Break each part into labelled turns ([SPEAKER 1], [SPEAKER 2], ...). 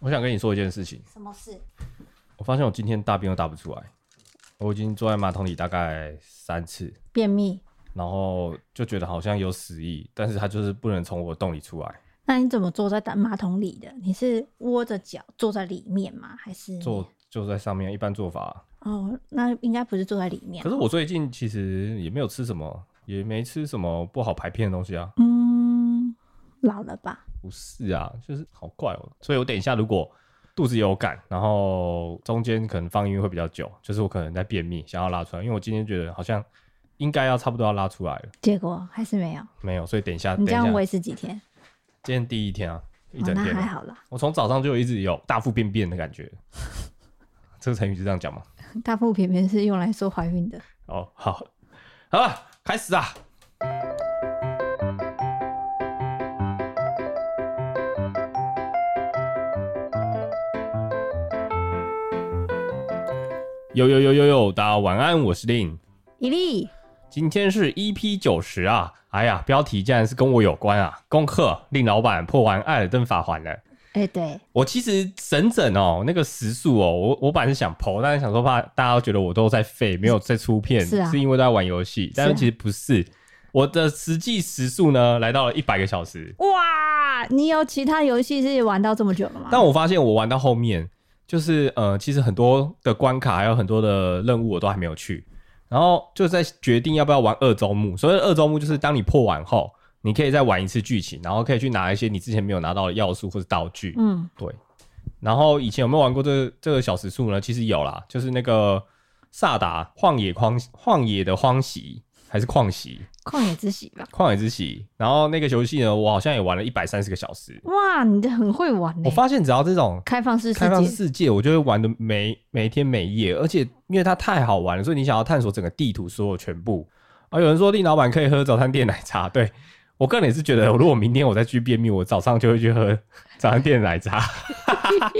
[SPEAKER 1] 我想跟你说一件事情，
[SPEAKER 2] 什么事？
[SPEAKER 1] 我发现我今天大便都大不出来，我已经坐在马桶里大概三次，
[SPEAKER 2] 便秘？
[SPEAKER 1] 然后就觉得好像有死意，但是它就是不能从我洞里出来，
[SPEAKER 2] 那你怎么坐在大马桶里的？你是窝着脚坐在里面吗？还是
[SPEAKER 1] 坐就在上面一般做法。
[SPEAKER 2] 哦，那应该不是坐在里面
[SPEAKER 1] 可。是我最近其实也没有吃什么，也没吃什么不好排便的东西啊。
[SPEAKER 2] 嗯，老了吧？
[SPEAKER 1] 不是啊，就是好怪哦。所以我等一下如果肚子有感，然后中间可能放音乐会比较久，就是我可能在便秘，想要拉出来，因为我今天觉得好像应该要差不多要拉出来了，
[SPEAKER 2] 结果还是没有。
[SPEAKER 1] 没有，所以等一下，
[SPEAKER 2] 你
[SPEAKER 1] 啊等一
[SPEAKER 2] 这
[SPEAKER 1] 下，
[SPEAKER 2] 样维持几天？
[SPEAKER 1] 今天第一天啊， 一
[SPEAKER 2] 哦，
[SPEAKER 1] 整
[SPEAKER 2] 那
[SPEAKER 1] 天、
[SPEAKER 2] 还好啦。
[SPEAKER 1] 我从早上就一直有大腹便便的感觉， 这个成语是这样讲吗？
[SPEAKER 2] 大腹便便是用来说怀孕的。
[SPEAKER 1] 哦，好，好了，开始啊！呦呦呦呦呦，大家晚安，我是令，
[SPEAKER 2] 伊利，
[SPEAKER 1] 今天是 EP 九十啊！哎呀，标题竟然是跟我有关啊！功课令老板破完艾尔登法环了。
[SPEAKER 2] 哎、对，
[SPEAKER 1] 我其实整整哦，那个时速哦，我我本来是想剖，但是想说怕大家都觉得我都在废，没有在出片，
[SPEAKER 2] 是啊
[SPEAKER 1] 因为都在玩游戏，但是
[SPEAKER 2] 是啊
[SPEAKER 1] 其实不是。我的实际时速呢，来到了一百个小时，
[SPEAKER 2] 哇，你有其他游戏是玩到这么久了吗？
[SPEAKER 1] 但我发现我玩到后面，就是呃，其实很多的关卡还有很多的任务我都还没有去，然后就在决定要不要玩二周目。所谓的二周目就是当你破完后，你可以再玩一次剧情，然后可以去拿一些你之前没有拿到的要素或者道具。
[SPEAKER 2] 嗯，
[SPEAKER 1] 对，然后以前有没有玩过这个这个小时数呢？其实有啦，就是那个萨达旷野荒旷野的荒袭还是旷袭
[SPEAKER 2] 旷野之息吧。
[SPEAKER 1] 旷野之袭，然后那个游戏呢，我好像也玩了一百三十个小时。
[SPEAKER 2] 哇，你这很会玩呢、
[SPEAKER 1] 我发现只要这种
[SPEAKER 2] 开放式世
[SPEAKER 1] 开放
[SPEAKER 2] 界，
[SPEAKER 1] 世界，我就会玩的每每天每夜，而且因为它太好玩了，所以你想要探索整个地图所有全部。啊，有人说令老板可以喝早餐店奶茶，对 我个人也是觉得，如果明天我再去便秘，我早上就会去喝早餐店奶茶。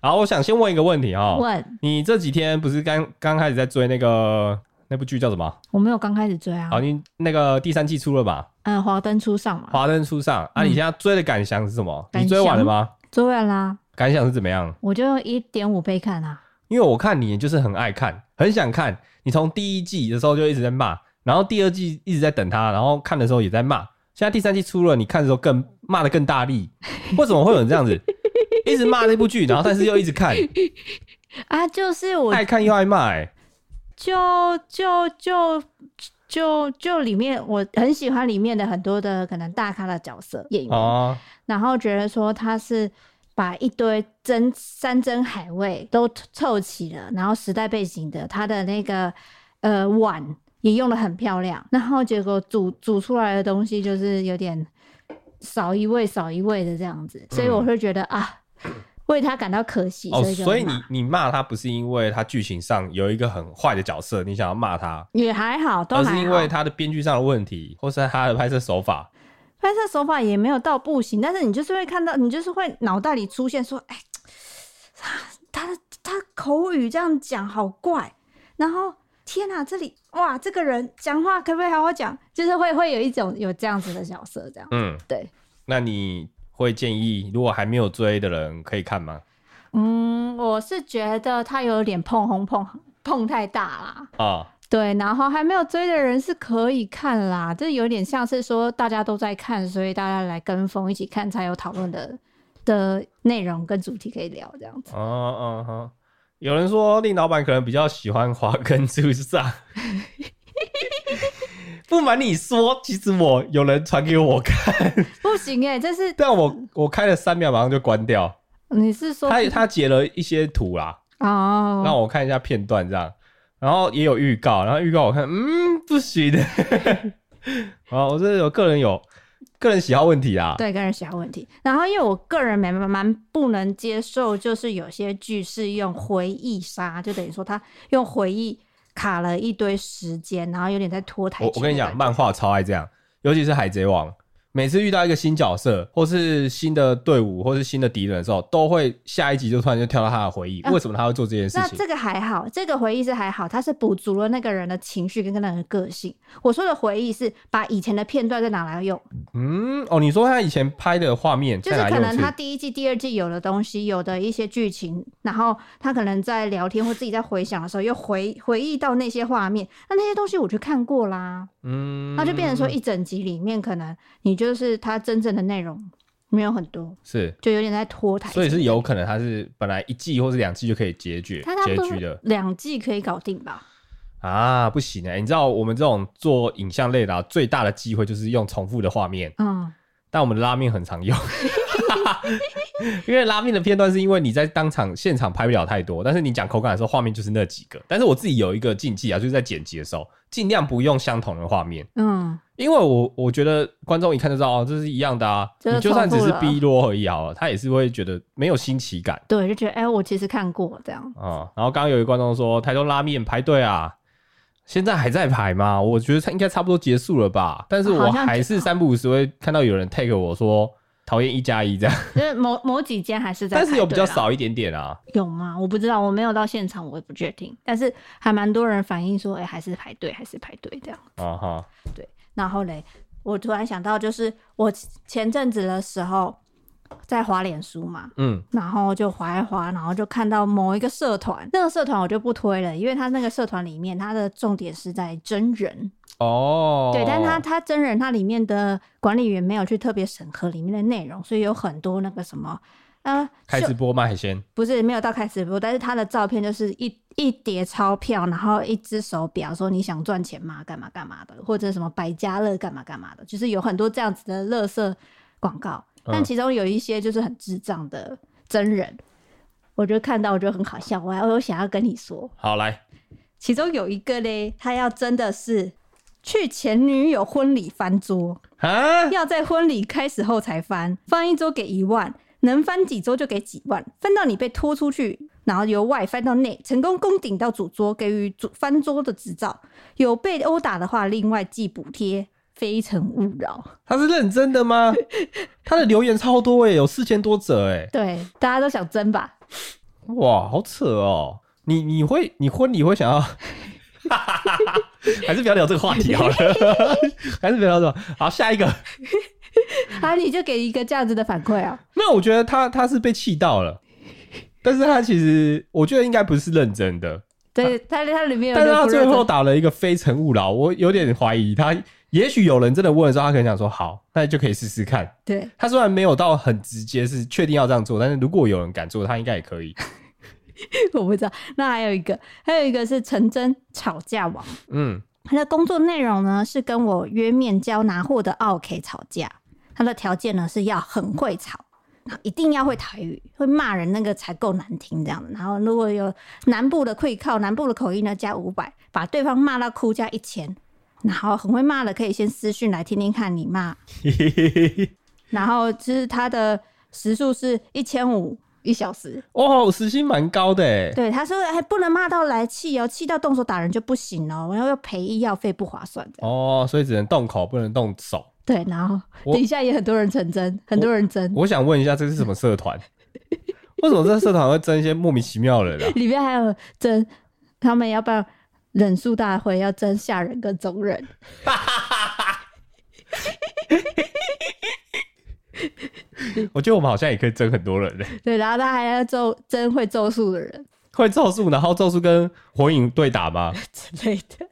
[SPEAKER 1] 好，我想先问一个问题哦，
[SPEAKER 2] 问
[SPEAKER 1] 你这几天不是刚刚开始在追那个那部剧叫什么？
[SPEAKER 2] 我没有刚开始追啊
[SPEAKER 1] 好，，你那个第三季出了吧？
[SPEAKER 2] 嗯，华灯初上
[SPEAKER 1] 《
[SPEAKER 2] 嘛，
[SPEAKER 1] 华灯初上》啊，
[SPEAKER 2] 嗯
[SPEAKER 1] 你现在追的感想是什么？
[SPEAKER 2] 感
[SPEAKER 1] 你追完了
[SPEAKER 2] 想
[SPEAKER 1] 吗？
[SPEAKER 2] 追完啦，
[SPEAKER 1] 感想是怎么样？
[SPEAKER 2] 我就用一点五倍看啊。
[SPEAKER 1] 因为我看你就是很爱看，很想看。你从第一季的时候就一直在骂，然后第二季一直在等他，然后看的时候也在骂。现在第三季出了，你看的时候更骂的更大力。 为什么会有人这样子，一直骂这部剧，然后但是又一直看，
[SPEAKER 2] 啊，就是 我
[SPEAKER 1] 爱看又爱骂、欸？
[SPEAKER 2] 就就就就就里面我很喜欢里面的很多的可能大咖的角色演员，
[SPEAKER 1] 哦，
[SPEAKER 2] 然后觉得说他是把一堆珍山珍海味都凑齐了，然后时代背景的他的那个呃碗也用的很漂亮，然后结果煮煮出来的东西就是有点少一味少一味的这样子，所以我会觉得、啊，为他感到可惜，
[SPEAKER 1] 嗯哦，
[SPEAKER 2] 所以就
[SPEAKER 1] 所以
[SPEAKER 2] 骂
[SPEAKER 1] 你你骂他不是因为他剧情上有一个很坏的角色，你想要骂他，
[SPEAKER 2] 也还好，都
[SPEAKER 1] 而
[SPEAKER 2] 还好
[SPEAKER 1] 是因为他的编剧上的问题，或是他的拍摄手法。
[SPEAKER 2] 拍摄手法也没有到不行，但是你就是会看到，你就是会脑袋里出现说，哎、他他他口语这样讲好怪，然后天哪、这里哇，这个人讲话可不可以好好讲？就是会会有一种有这样子的角色，这样
[SPEAKER 1] 嗯，
[SPEAKER 2] 对，
[SPEAKER 1] 那你会建议如果还没有追的人可以看吗？
[SPEAKER 2] 嗯，我是觉得他有点碰红碰碰太大啦。
[SPEAKER 1] 啊、
[SPEAKER 2] 对，然后还没有追的人是可以看啦，这有点像是说大家都在看，所以大家来跟风一起看才有讨论的的内容跟主题可以聊这样子。
[SPEAKER 1] 哦哦哦，有人说令老板可能比较喜欢华根之上。 不瞒你说，其实我有人传给我看，
[SPEAKER 2] 不行哎、这是
[SPEAKER 1] 但我我开了三秒，马上就关掉。
[SPEAKER 2] 你是说
[SPEAKER 1] 他他截了一些图啦，让
[SPEAKER 2] 哦？
[SPEAKER 1] 我看一下片段这样，然后也有预告，然后预告我看，嗯，不行 的。啊，我这有个人有个人喜好问题啦。
[SPEAKER 2] 对，个人喜好问题。然后，因为我个人蛮蛮不能接受，就是有些剧是用回忆杀，就等于说他用回忆卡了一堆时间，然后有点在拖台
[SPEAKER 1] 我
[SPEAKER 2] 剧
[SPEAKER 1] 我
[SPEAKER 2] 的
[SPEAKER 1] 跟
[SPEAKER 2] 感
[SPEAKER 1] 你
[SPEAKER 2] 觉。
[SPEAKER 1] 讲，漫画超爱这样，尤其是海贼王。每次遇到一个新角色，或是新的队伍，或是新的敌人的时候，都会下一集就突然就跳到他的回忆，
[SPEAKER 2] 啊
[SPEAKER 1] 为什么他会做这件事
[SPEAKER 2] 那
[SPEAKER 1] 情？
[SPEAKER 2] 这个还好，这个回忆是还好，它是补足了那个人的情绪跟那个人的个性。我说的回忆是把以前的片段再拿来用，
[SPEAKER 1] 嗯，哦，你说他以前拍的画面，
[SPEAKER 2] 就是
[SPEAKER 1] 再来
[SPEAKER 2] 可
[SPEAKER 1] 用
[SPEAKER 2] 能
[SPEAKER 1] 一次
[SPEAKER 2] 他第一季、第二季有的东西，有的一些剧情，然后他可能在聊天或自己在回想的时候，又回回忆到那些画面，那那些东西我就看过啦，
[SPEAKER 1] 嗯，
[SPEAKER 2] 那就变成说一整集里面，可能你就是他真正的内容没有很多，
[SPEAKER 1] 是，
[SPEAKER 2] 就有点在拖台词，
[SPEAKER 1] 所以是有可能他是本来一季或是两季就可以解决
[SPEAKER 2] 他差
[SPEAKER 1] 结
[SPEAKER 2] 不
[SPEAKER 1] 局的
[SPEAKER 2] 多两季可以搞定吧？
[SPEAKER 1] 啊，不行哎、你知道我们这种做影像类的、啊、最大的机会就是用重复的画面，
[SPEAKER 2] 嗯，
[SPEAKER 1] 但我们的拉面很常 用，因为拉面的片段是因为你在当场现场拍不了太多，但是你讲口感的时候，画面就是那几个。但是我自己有一个禁忌啊，就是在剪辑的时候尽量不用相同的画面，
[SPEAKER 2] 嗯，
[SPEAKER 1] 因为我我觉得观众一看就知道哦，这是一样的啊，
[SPEAKER 2] 就是
[SPEAKER 1] 你就算只
[SPEAKER 2] 重
[SPEAKER 1] 是
[SPEAKER 2] 复了
[SPEAKER 1] B 落而已好了，他也是会觉得没有新奇感
[SPEAKER 2] 对，就觉得哎、我其实看过这样。
[SPEAKER 1] 啊、然后刚刚有一个观众说，台中拉面排队啊。现在还在排吗？我觉得它应该差不多结束了吧，但是我
[SPEAKER 2] 好像
[SPEAKER 1] 还是三不五时会看到有人 take 我说讨厌一加一这样。
[SPEAKER 2] 就是某某几间还是在，
[SPEAKER 1] 但是有比较，少一点点啊。
[SPEAKER 2] 有吗？我不知道，我没有到现场，我也不确定。但是还蛮多人反映说，哎、还是排队，还是排队这样。
[SPEAKER 1] 啊哈，
[SPEAKER 2] 然后嘞，我突然想到，就是我前阵子的时候在滑脸书嘛，
[SPEAKER 1] 嗯，
[SPEAKER 2] 然后就滑一滑，然后就看到某一个社团，那个社团我就不推了，因为他那个社团里面，他的重点是在真人，
[SPEAKER 1] 哦，
[SPEAKER 2] 对，但他他真人他里面的管理员没有去特别审核里面的内容，所以有很多那个什么。呃，
[SPEAKER 1] 开
[SPEAKER 2] 秀
[SPEAKER 1] 直播卖海鲜，
[SPEAKER 2] 不是没有到开直播，但是他的照片就是一一叠钞票，然后一只手表，说你想赚钱吗？干嘛干嘛的，或者什么百家乐干嘛干嘛的，就是有很多这样子的乐色广告。
[SPEAKER 1] 嗯
[SPEAKER 2] 但其中有一些就是很智障的真人，我就看到我觉得很好笑，我还我想要跟你说，
[SPEAKER 1] 好来，
[SPEAKER 2] 其中有一个嘞，他要真的是去前女友婚礼翻桌，
[SPEAKER 1] 啊，
[SPEAKER 2] 要在婚礼开始后才翻，翻一桌给一万，能翻几桌就给几万，翻到你被拖出去，然后由外翻到内，成功攻顶到主桌，给予主翻桌的执照。有被殴打的话，另外记补贴。非诚勿扰，
[SPEAKER 1] 他是认真的 吗？他的留言超多哎，有四千多者哎，
[SPEAKER 2] 对，大家都想争吧？
[SPEAKER 1] 哇，好扯哦！你你会你婚礼会想要？ 还是不要聊这个话题好了， 还是不要聊这个。好，下一个。
[SPEAKER 2] 啊，你就给一个这样子的反馈啊？
[SPEAKER 1] 那我觉得他他是被气到了，但是他其实我觉得应该不是认真的，
[SPEAKER 2] 对，他他里面有
[SPEAKER 1] 但是
[SPEAKER 2] 六
[SPEAKER 1] 他
[SPEAKER 2] 个
[SPEAKER 1] 最
[SPEAKER 2] 热
[SPEAKER 1] 后
[SPEAKER 2] 忱
[SPEAKER 1] 打了一个非诚勿扰，我有点怀疑他。也许有人真的问的时候，他可能想说好，那就可以试试看。
[SPEAKER 2] 对，
[SPEAKER 1] 他虽然没有到很直接是确定要这样做，但是如果有人敢做，他应该也可以。
[SPEAKER 2] 我不知道。那还有一个，还有一个是陈真吵架王，
[SPEAKER 1] 嗯，
[SPEAKER 2] 他的工作内容呢是跟我约面交拿货的 OK 吵架，他的条件呢是要很会吵，然后一定要会台语，会骂人那个才够难听这样子。然后如果有南部的会靠南部的口音呢，加五百，把对方骂到哭加一千。然后很会骂的可以先私讯来听听看你骂，然后就是他的时速是一千五一小时，
[SPEAKER 1] 哦，时薪蛮高的哎。
[SPEAKER 2] 对，他说还不能骂到来气哦，气到动手打人就不行哦，然后要赔医药费不划算这样。
[SPEAKER 1] 哦，所以只能动口，不能动手。
[SPEAKER 2] 对，然后
[SPEAKER 1] 我
[SPEAKER 2] 底下也很多人成真，很多人争，
[SPEAKER 1] 我想问一下，这是什么社团？为什么这社团会争一些莫名其妙的人 啊？
[SPEAKER 2] 里面还有争，他们要办忍术大会，要争下人跟中人。
[SPEAKER 1] 我觉得我们好像也可以争很多人嘞，欸
[SPEAKER 2] 对，然后他还要咒争会咒术的人
[SPEAKER 1] 会咒术，然后咒术跟火影对打吗？
[SPEAKER 2] 之类的。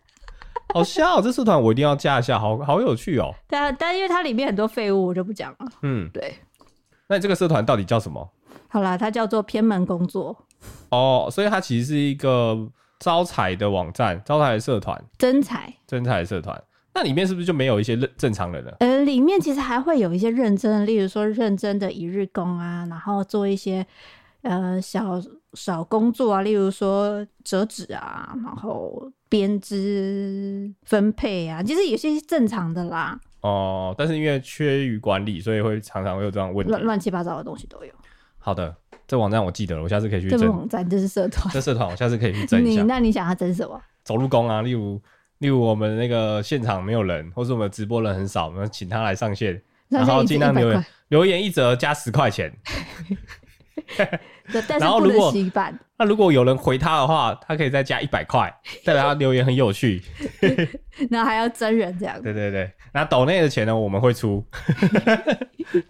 [SPEAKER 1] 好笑、哦，这社团我一定要加一下，好好有趣哦。
[SPEAKER 2] 但但因为它里面很多废物，我就不讲了。
[SPEAKER 1] 嗯，
[SPEAKER 2] 对，
[SPEAKER 1] 那你这个社团到底叫什么？
[SPEAKER 2] 好啦，它叫做偏门工作，
[SPEAKER 1] 哦，所以它其实是一个招财的网站，招财的社团，
[SPEAKER 2] 真才。
[SPEAKER 1] 真财的社团。那里面是不是就没有一些认正常人了？
[SPEAKER 2] 呃，里面其实还会有一些认真的，例如说认真的一日工啊，然后做一些呃小小工作啊，例如说折纸啊，然后编织分配啊，其实有些是正常的啦，
[SPEAKER 1] 哦，但是因为缺于管理，所以会常常会有这样的问
[SPEAKER 2] 乱
[SPEAKER 1] 题。
[SPEAKER 2] 乱七八糟的东西都有。
[SPEAKER 1] 好的，这网站我记得了，我下次可以去
[SPEAKER 2] 这个
[SPEAKER 1] 争。
[SPEAKER 2] 网站就是 社团，
[SPEAKER 1] 这社团我下次可以去争一
[SPEAKER 2] 你
[SPEAKER 1] 下。
[SPEAKER 2] 那你想要整什么？
[SPEAKER 1] 走路工啊，例如例如我们那个现场没有人，或是我们直播人很少，我们请他来上线，
[SPEAKER 2] 那
[SPEAKER 1] 然后
[SPEAKER 2] 现在一
[SPEAKER 1] 尽
[SPEAKER 2] 只
[SPEAKER 1] 量
[SPEAKER 2] 100
[SPEAKER 1] 留言
[SPEAKER 2] 块，
[SPEAKER 1] 留言一则加十块钱。
[SPEAKER 2] 对，但是
[SPEAKER 1] 然后
[SPEAKER 2] 不
[SPEAKER 1] 如
[SPEAKER 2] 能
[SPEAKER 1] 果
[SPEAKER 2] 洗版，
[SPEAKER 1] 那如果有人回他的话，他可以再加一百块，代表他留言很有趣。
[SPEAKER 2] 然后还要真人这样
[SPEAKER 1] 对对对，那抖内的钱呢，我们会出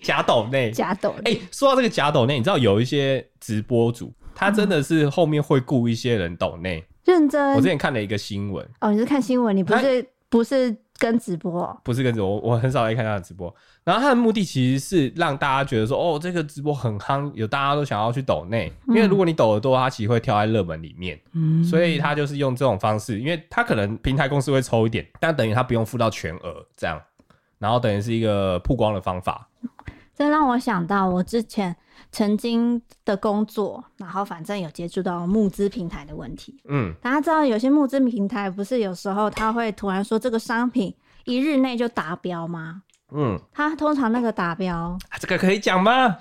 [SPEAKER 1] 假抖内。
[SPEAKER 2] 假抖。
[SPEAKER 1] 哎、说到这个假抖内，你知道有一些直播主，他真的是后面会雇一些人抖内。
[SPEAKER 2] 认真
[SPEAKER 1] 我之前看了一个新闻，
[SPEAKER 2] 哦，你是看新闻，你不
[SPEAKER 1] 他
[SPEAKER 2] 是不是跟直播哦、
[SPEAKER 1] 不是跟着我，我很少来看他的直播。然后他的目的其实是让大家觉得说，哦，这个直播很夯，有大家都想要去抖内，因为
[SPEAKER 2] 嗯
[SPEAKER 1] 如果你抖得多，他其实会跳在热门里面。
[SPEAKER 2] 嗯，
[SPEAKER 1] 所以他就是用这种方式，因为他可能平台公司会抽一点，但等于他不用付到全额这样，然后等于是一个曝光的方法。
[SPEAKER 2] 这让我想到我之前曾经的工作，然后反正有接触到募资平台的问题。
[SPEAKER 1] 嗯，
[SPEAKER 2] 大家知道，有些募资平台不是有时候他会突然说这个商品一日内就达标吗？
[SPEAKER 1] 嗯，
[SPEAKER 2] 它通常那个达标
[SPEAKER 1] 啊这个可以讲吗？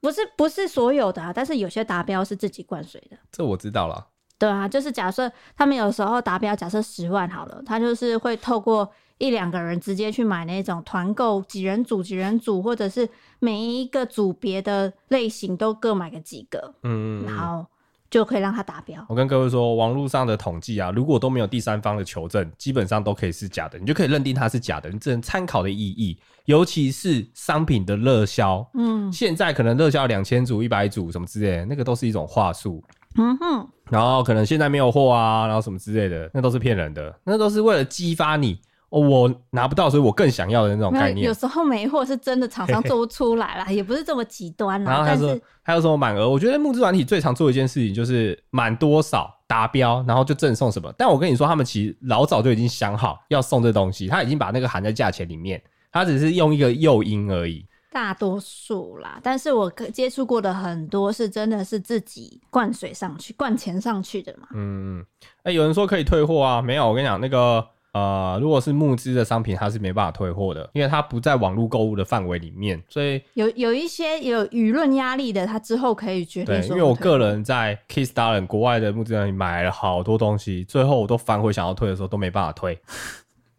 [SPEAKER 2] 不是不是所有的、啊，但是有些达标是自己灌水的。
[SPEAKER 1] 这我知道了。
[SPEAKER 2] 对啊，就是假设他们有时候达标，假设十万好了，他就是会透过一两个人直接去买那种团购几人组、几人组，或者是每一个组别的类型都各买个几个，
[SPEAKER 1] 嗯，
[SPEAKER 2] 然后就可以让他达标。
[SPEAKER 1] 我跟各位说，网络上的统计啊，如果都没有第三方的求证，基本上都可以是假的，你就可以认定它是假的，你只能参考的意义，尤其是商品的热销。
[SPEAKER 2] 嗯
[SPEAKER 1] 现在可能热销两千组、一百组什么之类的，那个都是一种话术。
[SPEAKER 2] 嗯哼，
[SPEAKER 1] 然后可能现在没有货啊，然后什么之类的，那都是骗人的，那都是为了激发你哦，我拿不到，所以我更想要的那种
[SPEAKER 2] 没
[SPEAKER 1] 概
[SPEAKER 2] 有有
[SPEAKER 1] 念。
[SPEAKER 2] 时候没货是真的 厂商做不出来啦，也不是这么极端
[SPEAKER 1] 然
[SPEAKER 2] 啦
[SPEAKER 1] 后，还
[SPEAKER 2] 嗯但
[SPEAKER 1] 说
[SPEAKER 2] 是
[SPEAKER 1] 还有什么满额？我觉得募资团体最常做一件事情就是满多少达标，然后就赠送什么。但我跟你说，他们其实老早就已经想好要送这东西，他已经把那个含在价钱里面，他只是用一个诱因而已。
[SPEAKER 2] 大多数啦，但是我接触过的很多是真的是自己灌水上去、灌钱上去的嘛。
[SPEAKER 1] 嗯，哎、有人说可以退货啊，没有，我跟你讲，那个呃，如果是募资的商品，它是没办法退货的，因为它不在网络购物的范围里面，所以
[SPEAKER 2] 有有一些有舆论压力的，他之后可以 决定
[SPEAKER 1] 对，因
[SPEAKER 2] 说。
[SPEAKER 1] 为我个，人在 Kickstarter 国外的募资那里买了好多东西，最后我都翻回想要退的时候都没办法退。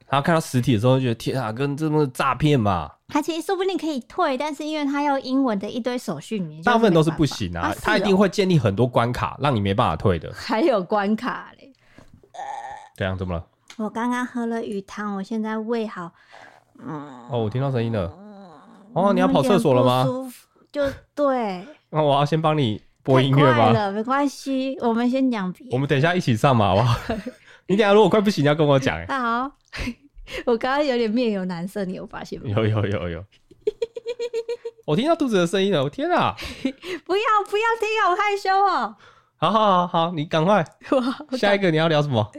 [SPEAKER 1] 然后看到实体的时候，就觉得天啊，跟这么诈骗嘛，
[SPEAKER 2] 他其实说不定可以退，但是因为他要英文的一堆手续，你
[SPEAKER 1] 大部分都是
[SPEAKER 2] 是哦
[SPEAKER 1] 不行啊，
[SPEAKER 2] 他
[SPEAKER 1] 他一定会建立很多关卡，让你没办法退的。
[SPEAKER 2] 还有关卡嘞。
[SPEAKER 1] 怎样？怎么了？
[SPEAKER 2] 我刚刚喝了鱼汤，我现在胃好，
[SPEAKER 1] 哦，我听到声音了。
[SPEAKER 2] 嗯，
[SPEAKER 1] 哦，你要跑厕所了
[SPEAKER 2] 有
[SPEAKER 1] 吗？
[SPEAKER 2] 点不舒服就对，
[SPEAKER 1] 那我要先帮你播音乐
[SPEAKER 2] 太快
[SPEAKER 1] 吗？
[SPEAKER 2] 了，没关系，我们先讲别
[SPEAKER 1] 我
[SPEAKER 2] 的。
[SPEAKER 1] 们等一下一起上嘛，好不 好？你等一下如果快不行，你要跟我讲、欸。
[SPEAKER 2] 那好， 我刚刚有点面有难色，你有发现吗？
[SPEAKER 1] 有有有 有，我听到肚子的声音了，我天啊！
[SPEAKER 2] 不要不要听，好害羞哦。
[SPEAKER 1] 好好好好，你赶快，
[SPEAKER 2] 哇，
[SPEAKER 1] 下一个你要聊什么？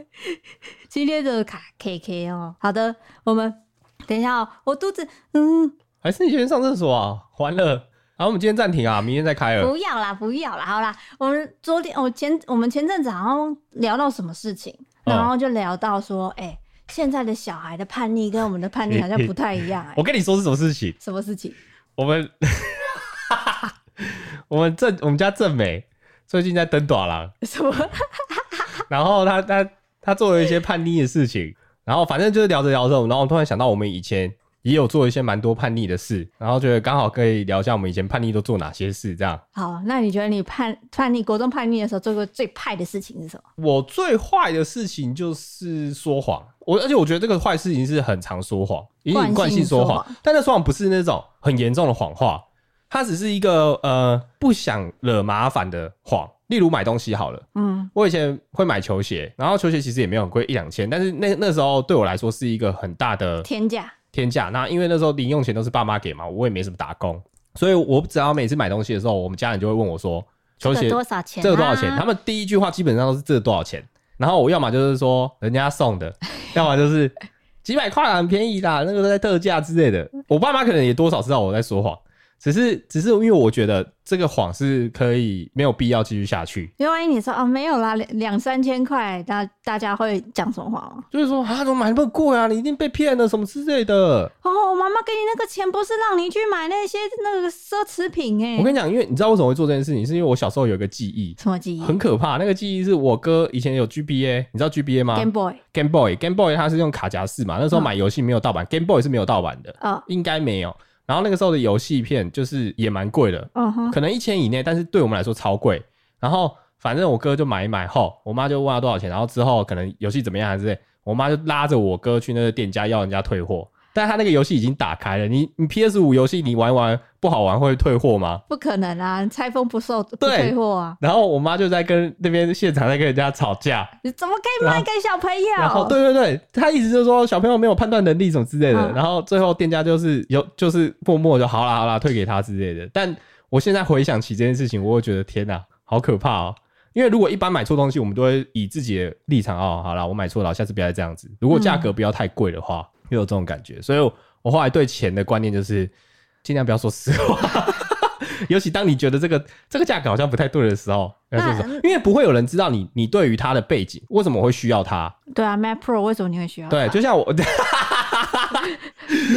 [SPEAKER 2] 今天的卡 KK 哦。好的，我们等一下哦，我肚子嗯，
[SPEAKER 1] 还是你先上厕所啊？完了，好，我们今天暂停啊，明天再开了。
[SPEAKER 2] 不要啦，不要啦，好啦，我们昨天我前我们前阵子好像聊到什么事情，
[SPEAKER 1] 嗯
[SPEAKER 2] 然后就聊到说，哎、现在的小孩的叛逆跟我们的叛逆好像不太一样、哎
[SPEAKER 1] 我跟你说是什么事情？
[SPEAKER 2] 什么事情？
[SPEAKER 1] 我们 我们正我们家正美最近在登短廊，
[SPEAKER 2] 什么？
[SPEAKER 1] 然后他他他做了一些叛逆的事情，然后反正就是聊着聊着，然后我突然想到我们以前也有做一些蛮多叛逆的事，然后觉得刚好可以聊一下我们以前叛逆都做哪些事这样。
[SPEAKER 2] 好，那你觉得你叛叛逆国中叛逆的时候做过最派的事情是什么？
[SPEAKER 1] 我最坏的事情就是说谎，我而且我觉得这个坏事情是很常说谎，已经惯性说
[SPEAKER 2] 惯性说
[SPEAKER 1] 谎
[SPEAKER 2] 谎，
[SPEAKER 1] 但那说谎不是那种很严重的谎话，它只是一个呃不想惹麻烦的谎。例如买东西好了，
[SPEAKER 2] 嗯
[SPEAKER 1] 我以前会买球鞋，然后球鞋其实也没有很贵，一两千，但是那那时候对我来说是一个很大的
[SPEAKER 2] 天价。
[SPEAKER 1] 天价。那因为那时候零用钱都是爸妈给嘛，我也没什么打工，所以我只要每次买东西的时候，我们家人就会问我说，球
[SPEAKER 2] 这
[SPEAKER 1] 鞋
[SPEAKER 2] 个多少钱、啊？
[SPEAKER 1] 这个多少钱？他们第一句话基本上都是这个多少钱，然后我要么就是说人家送的， 要么就是几百块啊，很便宜啦，那个在特价之类的。我爸妈可能也多少知道我在说谎，只是只是因为我觉得这个谎是可以没有必要继续下去，
[SPEAKER 2] 因为万一你说哦没有啦，两两三千块，大大家会讲什么话吗？
[SPEAKER 1] 就是说啊，怎么买那么贵啊？你一定被骗了什么之类的。
[SPEAKER 2] 哦，我妈妈给你那个钱不是让你去买那些那个奢侈品哎、
[SPEAKER 1] 我跟你讲，因为你知道为什么会做这件事情，是因为我小时候有一个记忆。
[SPEAKER 2] 什么记忆
[SPEAKER 1] 很可怕，那个记忆是我哥以前有 GBA，你知道 GBA 吗
[SPEAKER 2] ？Game Boy
[SPEAKER 1] ？Game Boy，Game Boy 它是用卡夹式嘛，那时候
[SPEAKER 2] 嗯
[SPEAKER 1] 买游戏没有盗版、g a m e Boy 是没有盗版的，
[SPEAKER 2] 哦，
[SPEAKER 1] 应该没有。然后那个时候的游戏片就是也蛮贵的，
[SPEAKER 2] 嗯哼，
[SPEAKER 1] 可能一千以内，但是对我们来说超贵。然后反正我哥就买一买后，我妈就问他多少钱，然后之后可能游戏怎么样还是之类，我妈就拉着我哥去那个店家要人家退货。但他那个游戏已经打开了，你你 PS 五游戏你玩一玩不好玩会退货吗？
[SPEAKER 2] 不可能啊，拆封不售不
[SPEAKER 1] 对
[SPEAKER 2] 退货啊！
[SPEAKER 1] 然后我妈就在跟那边现场在跟人家吵架，
[SPEAKER 2] 你怎么可以卖给小朋友？
[SPEAKER 1] 然后对对对，他意思就是说小朋友没有判断能力什么之类的，
[SPEAKER 2] 嗯
[SPEAKER 1] 然后最后店家就是有就是默默就好啦好啦退给他之类的。但我现在回想起这件事情，我会觉得天哪、好可怕哦、因为如果一般买错东西，我们都会以自己的立场哦，好啦，我买错了，下次不要再这样子。如果价格不要太贵的话，又有这种感觉。所以我我后来对钱的观念就是尽量不要说实话。 尤其当你觉得这个这个价格好像不太对的时候，不要说实话
[SPEAKER 2] 那
[SPEAKER 1] 因为不会有人知道你你对于他的背景为什么我会需要他，
[SPEAKER 2] 对啊，Mac Pro 为什么你会需要它？
[SPEAKER 1] 对，就像我，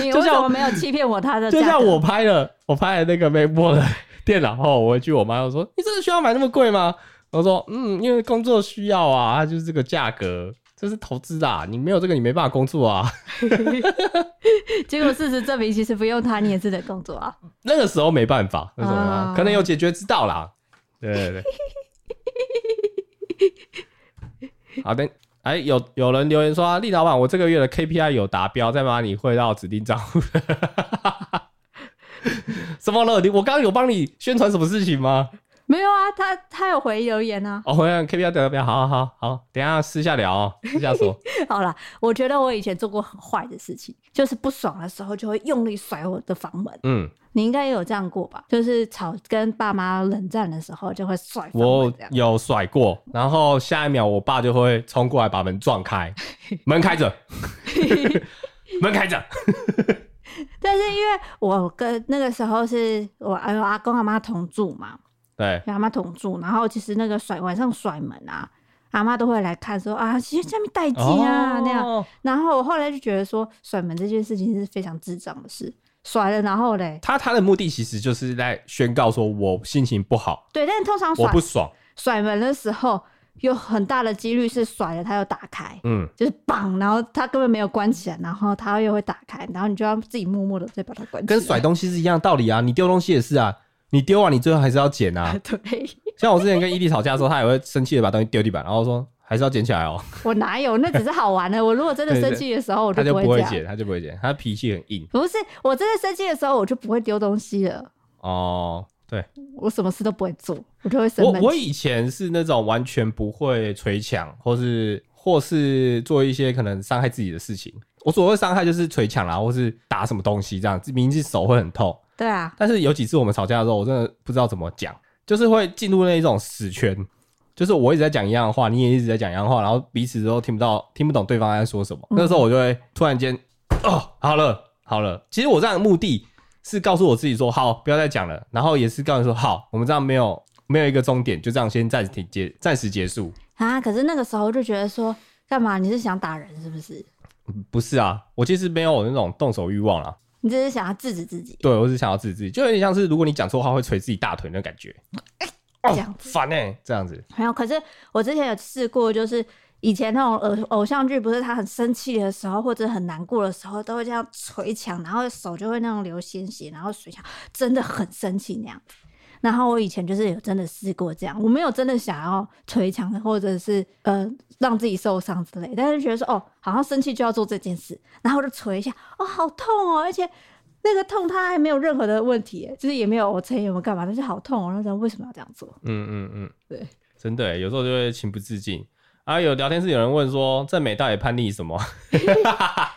[SPEAKER 2] 你
[SPEAKER 1] 就
[SPEAKER 2] 为
[SPEAKER 1] 像
[SPEAKER 2] 什么没有欺骗我他的价格？
[SPEAKER 1] 就像我拍了，我拍了那个 MacBook 的电脑后，我回去我妈就说：“你真的需要买那么贵吗？”我说：“嗯，因为工作需要啊，它就是这个价格，这是投资啊，你没有这个你没办法工作啊。
[SPEAKER 2] 结果事实证明，其实不用它，你也是得工作 啊。”
[SPEAKER 1] 那个时候没办法，那时候没办法
[SPEAKER 2] 啊
[SPEAKER 1] 可能有解决之道啦。对对对。好的，哎，有有人留言说啊，厉老板，我这个月的 KPI 有达标，在吗？你汇到指定账户。 什么了？你我刚刚有帮你宣传什么事情吗？
[SPEAKER 2] 没有啊，他他有回留言啊。
[SPEAKER 1] 哦，回来 KPI 达标，好好好好，等一下私下聊、哦，私下说。
[SPEAKER 2] 好啦，我觉得我以前做过很坏的事情，就是不爽的时候就会用力甩我的房门。
[SPEAKER 1] 嗯，
[SPEAKER 2] 你应该也有这样过吧？就是吵跟爸妈冷战的时候就会甩房
[SPEAKER 1] 我
[SPEAKER 2] 门这样。
[SPEAKER 1] 有甩过，然后下一秒我爸就会冲过来把门撞开，门开着，门开着。
[SPEAKER 2] 但是因为我跟那个时候是我还有阿公阿妈同住嘛，
[SPEAKER 1] 对，
[SPEAKER 2] 跟阿妈同住，然后其实那个甩晚上甩门啊，阿妈都会来看说啊，其实下面待机啊、那样。
[SPEAKER 1] 哦
[SPEAKER 2] 然后我后来就觉得说，甩门这件事情是非常智障的事，甩了然后嘞，
[SPEAKER 1] 他他的目的其实就是在宣告说我心情不好，
[SPEAKER 2] 对，但是通常
[SPEAKER 1] 我
[SPEAKER 2] 哦甩
[SPEAKER 1] 不爽。
[SPEAKER 2] 甩门的时候，有很大的几率是甩了它又打开。
[SPEAKER 1] 嗯，
[SPEAKER 2] 就是绑，然后它根本没有关起来，然后它又会打开，然后你就要自己默默的再把它关起来。。
[SPEAKER 1] 跟甩东西是一样道理啊，你丢东西也是啊，你丢完你最后还是要捡啊
[SPEAKER 2] 对，
[SPEAKER 1] 像我之前跟伊利吵架的时候，他也会生气的把东西丢地板，然后说还是要捡起来哦，
[SPEAKER 2] 我哪有？那只是好玩的。我如果真的
[SPEAKER 1] 对对
[SPEAKER 2] 生气的时 候，我
[SPEAKER 1] 他就
[SPEAKER 2] 不
[SPEAKER 1] 不
[SPEAKER 2] 会这
[SPEAKER 1] 会
[SPEAKER 2] 样。
[SPEAKER 1] 捡，他就不会捡，他脾气很硬
[SPEAKER 2] 不是，我真的生气的时候，我就不会丢东西了。
[SPEAKER 1] 哦。对
[SPEAKER 2] 我什么事都不会做，我就会生
[SPEAKER 1] 我
[SPEAKER 2] 闷
[SPEAKER 1] 我
[SPEAKER 2] 气。
[SPEAKER 1] 以前是那种完全不会捶墙，或是或是做一些可能伤害自己的事情。我所谓伤害就是捶墙啦，啊或是打什么东西这样，明知手会很痛，
[SPEAKER 2] 对啊，
[SPEAKER 1] 但是有几次我们吵架的时候，我真的不知道怎么讲，就是会进入那一种死圈，就是我一直在讲一样的话，你也一直在讲一样的话，然后彼此都听不到、听不懂对方在说什么。那时候我就会突然间，哦，好了，好了。其实我这样的目的是告诉我自己说，好，不要再讲了，然后也是告诉你说，好，我们这样没有没有一个终点，就这样先暂停结，暂时结束。
[SPEAKER 2] 啊，可是那个时候就觉得说，干嘛？你是想打人是不是？
[SPEAKER 1] 不是啊，我其实没有那种动手欲望啦，
[SPEAKER 2] 你只是想要制止自己
[SPEAKER 1] 对我是想要自己，就有点像是如果你讲错话会捶自己大腿那种感觉，
[SPEAKER 2] 这样子。
[SPEAKER 1] 烦哎、这样子，
[SPEAKER 2] 没有，可是我之前有试过，就是以前那种偶偶像剧，不是他很生气的时候，或者很难过的时候，都会这样捶墙，然后手就会那种流鲜血，然后捶墙，真的很生气那样子。然后我以前就是有真的试过这样，我没有真的想要捶墙或者是呃让自己受伤之类，但是觉得说哦，好像生气就要做这件事，然后就捶一下，哦，好痛哦，而且那个痛它还没有任何的问题耶，就是也没有我撑也没有干嘛，但是好痛、哦，然后想为什么要这样做？
[SPEAKER 1] 嗯嗯嗯，
[SPEAKER 2] 对，
[SPEAKER 1] 真的耶，有时候就会情不自禁。啊，有聊天室有人问说，郑美到底叛逆什么？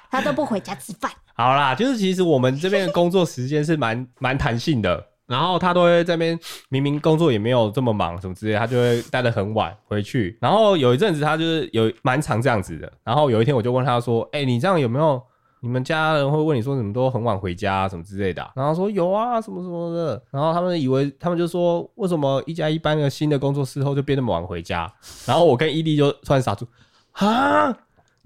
[SPEAKER 2] 他都不回家吃饭。
[SPEAKER 1] 好啦，就是其实我们这边的工作时间是蛮 蛮弹性的，然后他都会在那边明明工作也没有这么忙什么之类，他就会待得很晚回去。然后有一阵子他就是有蛮常这样子的。然后有一天我就问他说：“哎、你这样有没有？你们家人会问你说怎么都很晚回家、啊、什么之类的啊、然后说有啊什么什么的。然后他们以为他们就说为什么一加一搬个新的工作室后就变那么晚回家？然后我跟伊利就突然傻住啊，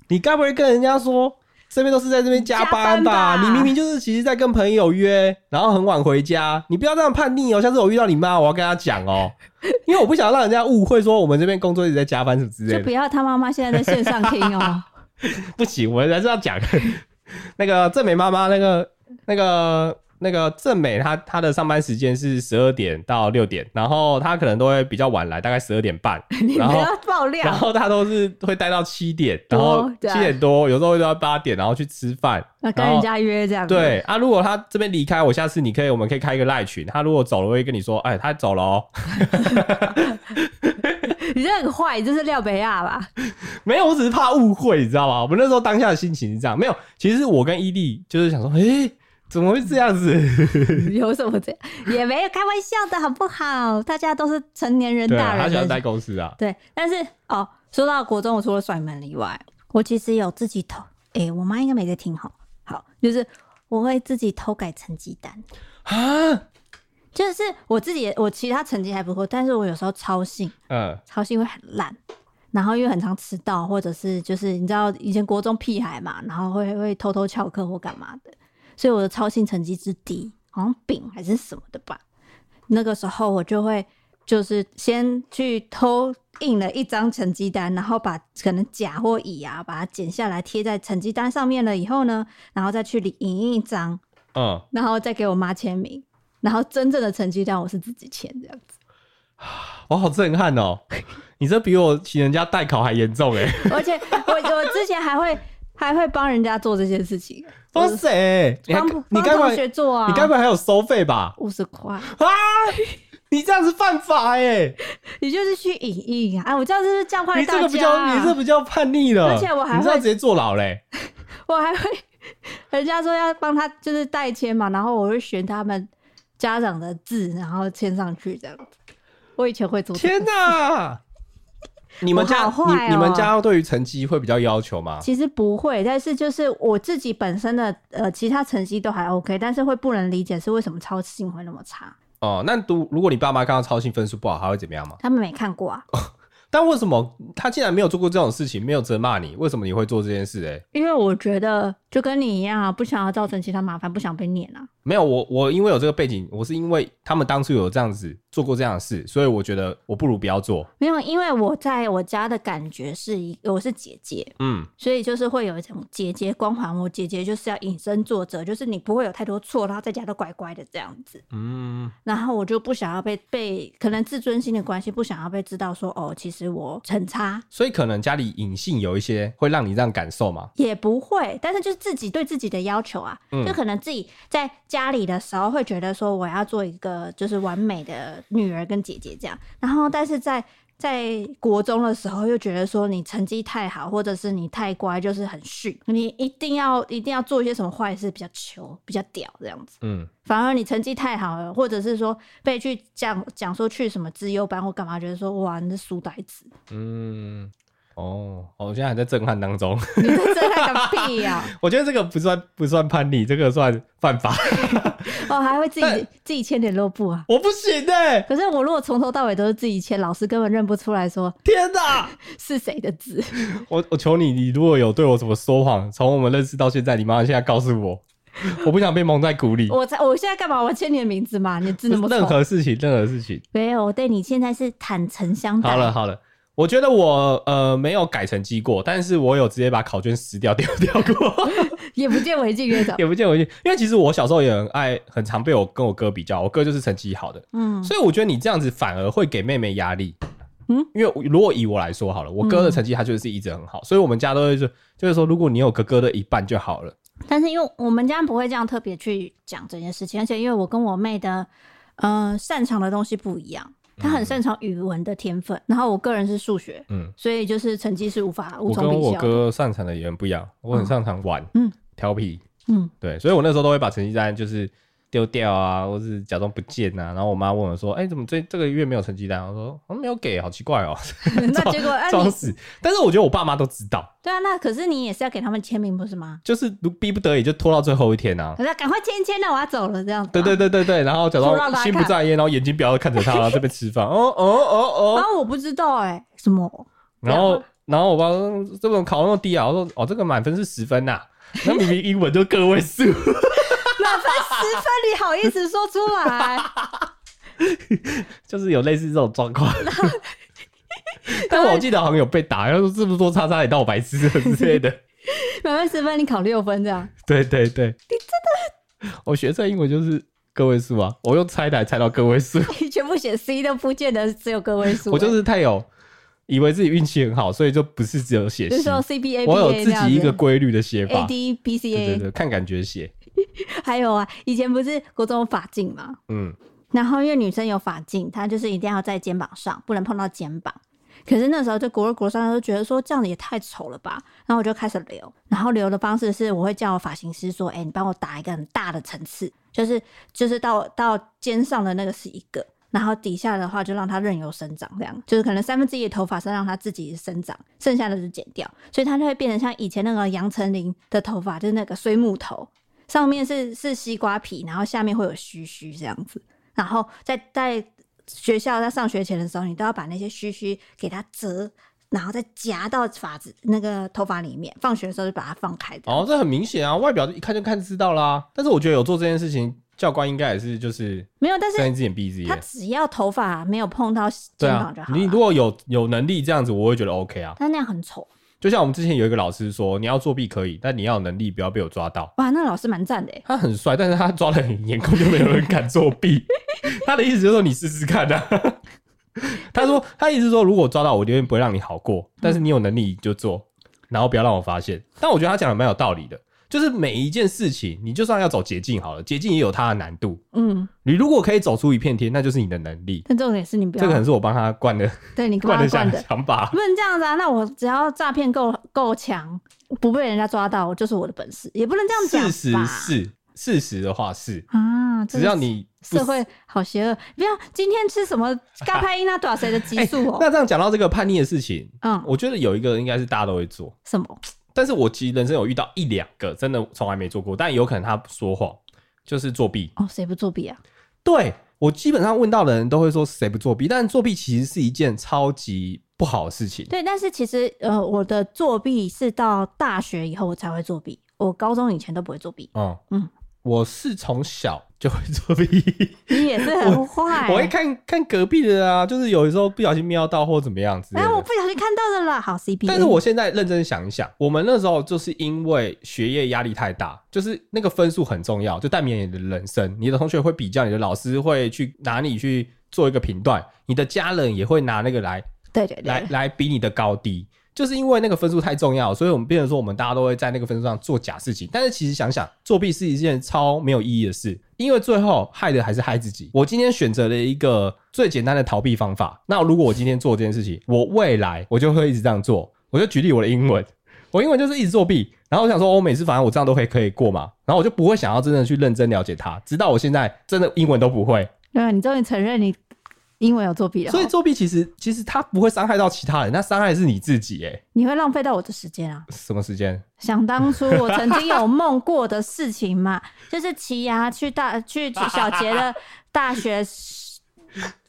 [SPEAKER 1] 你该不会跟人家说？这边都是在这边加班吧？
[SPEAKER 2] 加班吧
[SPEAKER 1] 你明明就是其实在跟朋友约，然后很晚回家，你不要这样叛逆哦！下次我遇到你妈，我要跟她讲哦，因为我不想让人家误会说我们这边工作一直在加班什么之类
[SPEAKER 2] 就
[SPEAKER 1] 的
[SPEAKER 2] 不。要他妈妈现在在线上听 哦。
[SPEAKER 1] 不行，我还是要讲那个郑美妈妈那个那个那个正美他他的上班时间是十二点到六点，然后他可能都会比较晚来，大概十二点半，
[SPEAKER 2] 你不
[SPEAKER 1] 然后
[SPEAKER 2] 要爆料
[SPEAKER 1] 然，后他都是会待到七点，然
[SPEAKER 2] 啊多
[SPEAKER 1] 后
[SPEAKER 2] 对啊
[SPEAKER 1] 七点多，有时候会到八点，然后去吃饭，
[SPEAKER 2] 要跟
[SPEAKER 1] 然后
[SPEAKER 2] 人家约这样子。
[SPEAKER 1] 对啊，如果他这边离开，我下次你可以，我们可以开一个赖群。他如果走了，我会跟你说，哎，他走了哦。
[SPEAKER 2] 你这很坏，这是廖北 亚吧？
[SPEAKER 1] 没有，我只是怕误会，你知道吗？我们那时候当下的心情是这样，没有。其实我跟伊利就是想说，哎、怎么会这样子？
[SPEAKER 2] 有什么这样？也没有开玩笑的好不好？大家都是成年人、
[SPEAKER 1] 对
[SPEAKER 2] 大
[SPEAKER 1] 啊，他喜欢
[SPEAKER 2] 人
[SPEAKER 1] 待
[SPEAKER 2] 的。
[SPEAKER 1] 公司啊。
[SPEAKER 2] 对，但是哦，说到国中，我除了甩门以外，我其实有自己偷。哎、我妈应该没在听哈。好，就是我会自己偷改成绩单，
[SPEAKER 1] 啊，
[SPEAKER 2] 就是我自己，我其他成绩还不错，但是我有时候操性，
[SPEAKER 1] 嗯，
[SPEAKER 2] 操性会很烂，然后因为很常迟到，或者是就是你知道以前国中屁孩嘛，然后会会偷偷翘课或干嘛的，所以我的操性成绩之低，好像丙还是什么的吧。那个时候我就会就是先去偷印了一张成绩单，然后把可能甲或乙啊把它剪下来贴在成绩单上面了以后呢，然后再去领印一张，
[SPEAKER 1] 嗯，
[SPEAKER 2] 然后再给我妈签名。然后真正的成绩单我是自己签这样子，
[SPEAKER 1] 我好震撼哦！ 你这比我请人家代考还严重哎、
[SPEAKER 2] 而且我我之前还会还会帮人家做这些事情，
[SPEAKER 1] 哇塞， 你还
[SPEAKER 2] 帮
[SPEAKER 1] 你
[SPEAKER 2] 帮
[SPEAKER 1] 该不
[SPEAKER 2] 同
[SPEAKER 1] 会
[SPEAKER 2] 学做啊，
[SPEAKER 1] 你该不会还有收费吧？
[SPEAKER 2] 五十块，
[SPEAKER 1] 啊， 你这样子犯法哎、
[SPEAKER 2] 你就是去影印啊！哎我知道这是教坏
[SPEAKER 1] 你
[SPEAKER 2] 大
[SPEAKER 1] 这个
[SPEAKER 2] 家啊，
[SPEAKER 1] 比较，你这比较叛逆了，
[SPEAKER 2] 而且我还会
[SPEAKER 1] 你这样直接坐牢嘞、
[SPEAKER 2] 我还会，人家说要帮他就是代签嘛，然后我会选他们家长的字，然后签上去这样子。我以前会做这个，
[SPEAKER 1] 天哪、 你们家、
[SPEAKER 2] 我好坏哦
[SPEAKER 1] 你你们家对于成绩会比较要求吗？
[SPEAKER 2] 其实不会，但是就是我自己本身的呃其他成绩都还 OK，但是会不能理解是为什么操性会那么差，
[SPEAKER 1] 哦，那读如果你爸妈看到操心分数不好，他会怎么样吗？
[SPEAKER 2] 他们没看过啊，
[SPEAKER 1] 但为什么他竟然没有做过这种事情，没有责骂你，为什么你会做这件事、欸？哎，
[SPEAKER 2] 因为我觉得就跟你一样啊，不想要造成其他麻烦，不想被念啊。
[SPEAKER 1] 没有，我我因为有这个背景，我是因为他们当初有这样子做过这样的事，所以我觉得我不如不要做。
[SPEAKER 2] 没有，因为我在我家的感觉是一，我是姐姐，
[SPEAKER 1] 嗯，
[SPEAKER 2] 所以就是会有一种姐姐光环。我姐姐就是要以身作则，就是你不会有太多错，然后在家都乖乖的这样子。
[SPEAKER 1] 嗯，
[SPEAKER 2] 然后我就不想要被被，可能自尊心的关系，不想要被知道说哦，其实我很差，
[SPEAKER 1] 所以可能家里隐性有一些会让你这样感受嘛。
[SPEAKER 2] 也不会。但是就是自己对自己的要求啊，
[SPEAKER 1] 嗯
[SPEAKER 2] 就可能自己在家里的时候会觉得说我要做一个就是完美的女儿跟姐姐这样，然后但是在在国中的时候又觉得说你成绩太好，或者是你太乖，就是很逊，你一定要一定要做一些什么坏事，比较糗，比较屌这样子。
[SPEAKER 1] 嗯，
[SPEAKER 2] 反而你成绩太好了，或者是说被去讲讲说去什么资优班或干嘛，觉得说哇你是书呆子，
[SPEAKER 1] 嗯，哦，我现在还在震撼当中。
[SPEAKER 2] 你在这还个屁啊呀、
[SPEAKER 1] 我觉得这个不算不算叛逆，这个算犯法。
[SPEAKER 2] 哦，还会自
[SPEAKER 1] 但
[SPEAKER 2] 己自己签联络簿啊。
[SPEAKER 1] 我不行哎、
[SPEAKER 2] 可是我如果从头到尾都是自己签，老师根本认不出来说
[SPEAKER 1] 天哪！
[SPEAKER 2] 是谁的字。
[SPEAKER 1] 我我求你，你如果有对我怎么说谎，从我们认识到现在，你妈妈现在告诉我，我不想被蒙在鼓里。
[SPEAKER 2] 我在我现在干嘛？我签你的名字哦嘛，你的字那么
[SPEAKER 1] 任
[SPEAKER 2] 丑。
[SPEAKER 1] 何事情，任何事情。
[SPEAKER 2] 没有，我对你现在是坦诚相 待。
[SPEAKER 1] 好了好了，我觉得我呃没有改成绩过，但是我有直接把考卷撕掉丢掉过，
[SPEAKER 2] 也不见为净院长。
[SPEAKER 1] 也不见回去。因为其实我小时候也很爱，很常被我跟我哥比较，我哥就是成绩好的，
[SPEAKER 2] 嗯
[SPEAKER 1] 所以我觉得你这样子反而会给妹妹压力。
[SPEAKER 2] 嗯
[SPEAKER 1] 嗯，因为如果以我来说好了，我哥的成绩他就是一直很好，所以我们家都会说，就是说，如果你有哥哥的一半就好了。
[SPEAKER 2] 但是因为我们家不会这样特别去讲这件事情，而且因为我跟我妹的呃擅长的东西不一样，她很擅长语文的天分，然后我个人是数学，
[SPEAKER 1] 嗯，
[SPEAKER 2] 所以就是成绩是无法无
[SPEAKER 1] 我
[SPEAKER 2] 从
[SPEAKER 1] 跟
[SPEAKER 2] 比
[SPEAKER 1] 我
[SPEAKER 2] 较。
[SPEAKER 1] 哥擅长的也很不一样，我很擅长玩，
[SPEAKER 2] 嗯
[SPEAKER 1] 嗯，调皮，
[SPEAKER 2] 嗯，
[SPEAKER 1] 对，所以我那时候都会把成绩单就是丢掉啊，或是假装不见啊。然后我妈问我说：“哎、怎么这这个月没有成绩单？”我说：“我、没有给，好奇怪哦。
[SPEAKER 2] 那结果 啊
[SPEAKER 1] 装
[SPEAKER 2] 你
[SPEAKER 1] 死。但是我觉得我爸妈都知道，
[SPEAKER 2] 对啊，那可是你也是要给他们签名不是吗？
[SPEAKER 1] 就是如逼不得已就拖到最后一天啊。
[SPEAKER 2] 可是赶快签一签，那我要走了这样子、
[SPEAKER 1] 对对。对对对，然后假
[SPEAKER 2] 拖到
[SPEAKER 1] 装
[SPEAKER 2] 他
[SPEAKER 1] 心不
[SPEAKER 2] 看
[SPEAKER 1] 在焉，然后眼睛不要看着他，然后这边吃饭，哦哦哦
[SPEAKER 2] 然
[SPEAKER 1] 哦，
[SPEAKER 2] 后我不知道哎、什么？
[SPEAKER 1] 然后然后我爸说这种考那么低啊，我说哦这个满分是十分呐、那明明英文就个位数，
[SPEAKER 2] 满分十分，你好意思说出 来？
[SPEAKER 1] 就是有类似这种状 况。 但我记得好像有被打，然后说这么多叉叉，你 当我白痴了之类的。
[SPEAKER 2] 满分十分，你考六分这样，
[SPEAKER 1] 对对对，我学这英文就是个位数啊，我用猜的还猜到个位 数，
[SPEAKER 2] 全部写 C 都不见得只有个位数欸，
[SPEAKER 1] 我就是太有以为自己运气很好，所以就不是只有写
[SPEAKER 2] 哎就是
[SPEAKER 1] C，
[SPEAKER 2] 说 C B A，
[SPEAKER 1] 我有自己一个规律的写
[SPEAKER 2] A
[SPEAKER 1] 法，
[SPEAKER 2] D B C
[SPEAKER 1] 对对
[SPEAKER 2] A，
[SPEAKER 1] 对，看感觉写，
[SPEAKER 2] 还有啊，以前不是国中有法镜嘛，
[SPEAKER 1] 嗯，
[SPEAKER 2] 然后因为女生有发镜，她就是一定要在肩膀上，不能碰到肩膀。可是那时候就国二国三都觉得说这样子也太丑了吧，然后我就开始留，然后留的方式是我会叫我发型师说，哎、你帮我打一个很大的层次，就是就是到到肩上的那个是一个，然后底下的话就让它任由生长，这样就是可能三分之一的头发是让它自己生长，剩下的就剪掉，所以它就会变成像以前那个杨丞琳的头发，就是那个水母头，上面是是西瓜皮，然后下面会有须须这样子。然后在在学校在上学前的时候，你都要把那些须须给它折，然后再夹到发子那个头发里面。放学的时候就把它放开的。
[SPEAKER 1] 哦，这很明显啊，外表一看就看知道啦。但是我觉得有做这件事情，教官应该也是就是
[SPEAKER 2] 没有，但
[SPEAKER 1] 睁
[SPEAKER 2] 是
[SPEAKER 1] 一只眼闭一只
[SPEAKER 2] 它
[SPEAKER 1] 眼。
[SPEAKER 2] 只要头发没有碰到
[SPEAKER 1] 对
[SPEAKER 2] 肩膀
[SPEAKER 1] 啊
[SPEAKER 2] 就好，了。
[SPEAKER 1] 你如果有有能力这样子，我会觉得 OK 啊。
[SPEAKER 2] 但那样很丑
[SPEAKER 1] 就像我们之前有一个老师说，你要作弊可以，但你要有能力，不要被我抓到。
[SPEAKER 2] 哇！那老师蛮赞的耶，欸
[SPEAKER 1] 他很帅，但是他抓的很严，根本就没有人敢作 弊。他的意思就是说，你试试看 啊。他说，他意思是说，如果抓到我，我永远不会让你好过，但是你有能力你就做，然后不要让我发现。但我觉得他讲的蛮有道理的，就是每一件事情，你就算要走捷径好了，捷径也有它的难度。
[SPEAKER 2] 嗯。
[SPEAKER 1] 你如果可以走出一片天，那就是你的能力。
[SPEAKER 2] 但重点是你不要，
[SPEAKER 1] 这个可能是啊我帮他灌的
[SPEAKER 2] 对你
[SPEAKER 1] 灌
[SPEAKER 2] 灌
[SPEAKER 1] 的
[SPEAKER 2] 的
[SPEAKER 1] 想
[SPEAKER 2] 灌的，
[SPEAKER 1] 想法
[SPEAKER 2] 不。能这样子啊！那我只要诈骗够够强，不被人家抓到，就是我的本事，也不能这样讲
[SPEAKER 1] 事
[SPEAKER 2] 吧？
[SPEAKER 1] 实是，事实的话是，
[SPEAKER 2] 啊，
[SPEAKER 1] 只
[SPEAKER 2] 真的
[SPEAKER 1] 要
[SPEAKER 2] 是
[SPEAKER 1] 你不哎
[SPEAKER 2] 社会好邪恶！不要今天吃 什么嘎拍伊那短谁的激素哦、
[SPEAKER 1] 那这样讲到这个叛逆的事情，
[SPEAKER 2] 嗯，
[SPEAKER 1] 我觉得有一个应该是大家都会做，
[SPEAKER 2] 什么？
[SPEAKER 1] 但是我其实人生有遇到一两个真的从来没做过，但有可能他说谎，就是作弊。
[SPEAKER 2] 哦，谁不作弊啊？
[SPEAKER 1] 对我基本上问到的人都会说谁不作弊，但作弊其实是一件超级不好的事情。
[SPEAKER 2] 对，但是其实呃，我的作弊是到大学以后我才会作弊，我高中以前都不会作弊。
[SPEAKER 1] 嗯嗯
[SPEAKER 2] 嗯，
[SPEAKER 1] 我是从小就会作弊，
[SPEAKER 2] 你也是很坏、
[SPEAKER 1] 我会看看隔壁的啊，就是有时候不小心瞄到或怎么样之类
[SPEAKER 2] 哎，我
[SPEAKER 1] 的。
[SPEAKER 2] 不小心看到的啦。好 CP，
[SPEAKER 1] 但是我现在认真想一想，我们那时候就是因为学业压力太大，就是那个分数很重要，就代表你的人生。你的同学会比较，你的老师会去拿你去做一个评断，你的家人也会拿那个来
[SPEAKER 2] 对对
[SPEAKER 1] 来
[SPEAKER 2] 对，
[SPEAKER 1] 来比你的高低。就是因为那个分数太重要，所以我们变成说我们大家都会在那个分数上做假事情。但是其实想想，作弊是一件超没有意义的事，因为最后害的还是害自己。我今天选择了一个最简单的逃避方法，那如果我今天做这件事情，我未来我就会一直这样做。我就举例我的英文，我英文就是一直作弊，然后我想说，我、哦每次反正我这样都可以可以过嘛，然后我就不会想要真的去认真了解它，直到我现在真的英文都不会，
[SPEAKER 2] 对啊，你终于承认你英文有作弊了哦，
[SPEAKER 1] 所以作弊其实其实它不会伤害到其他人，那伤害的是你自己、欸。
[SPEAKER 2] 你会浪费到我的时间啊。
[SPEAKER 1] 什么时间？
[SPEAKER 2] 想当初我曾经有梦过的事情嘛， 就是奇牙去大去小杰的大学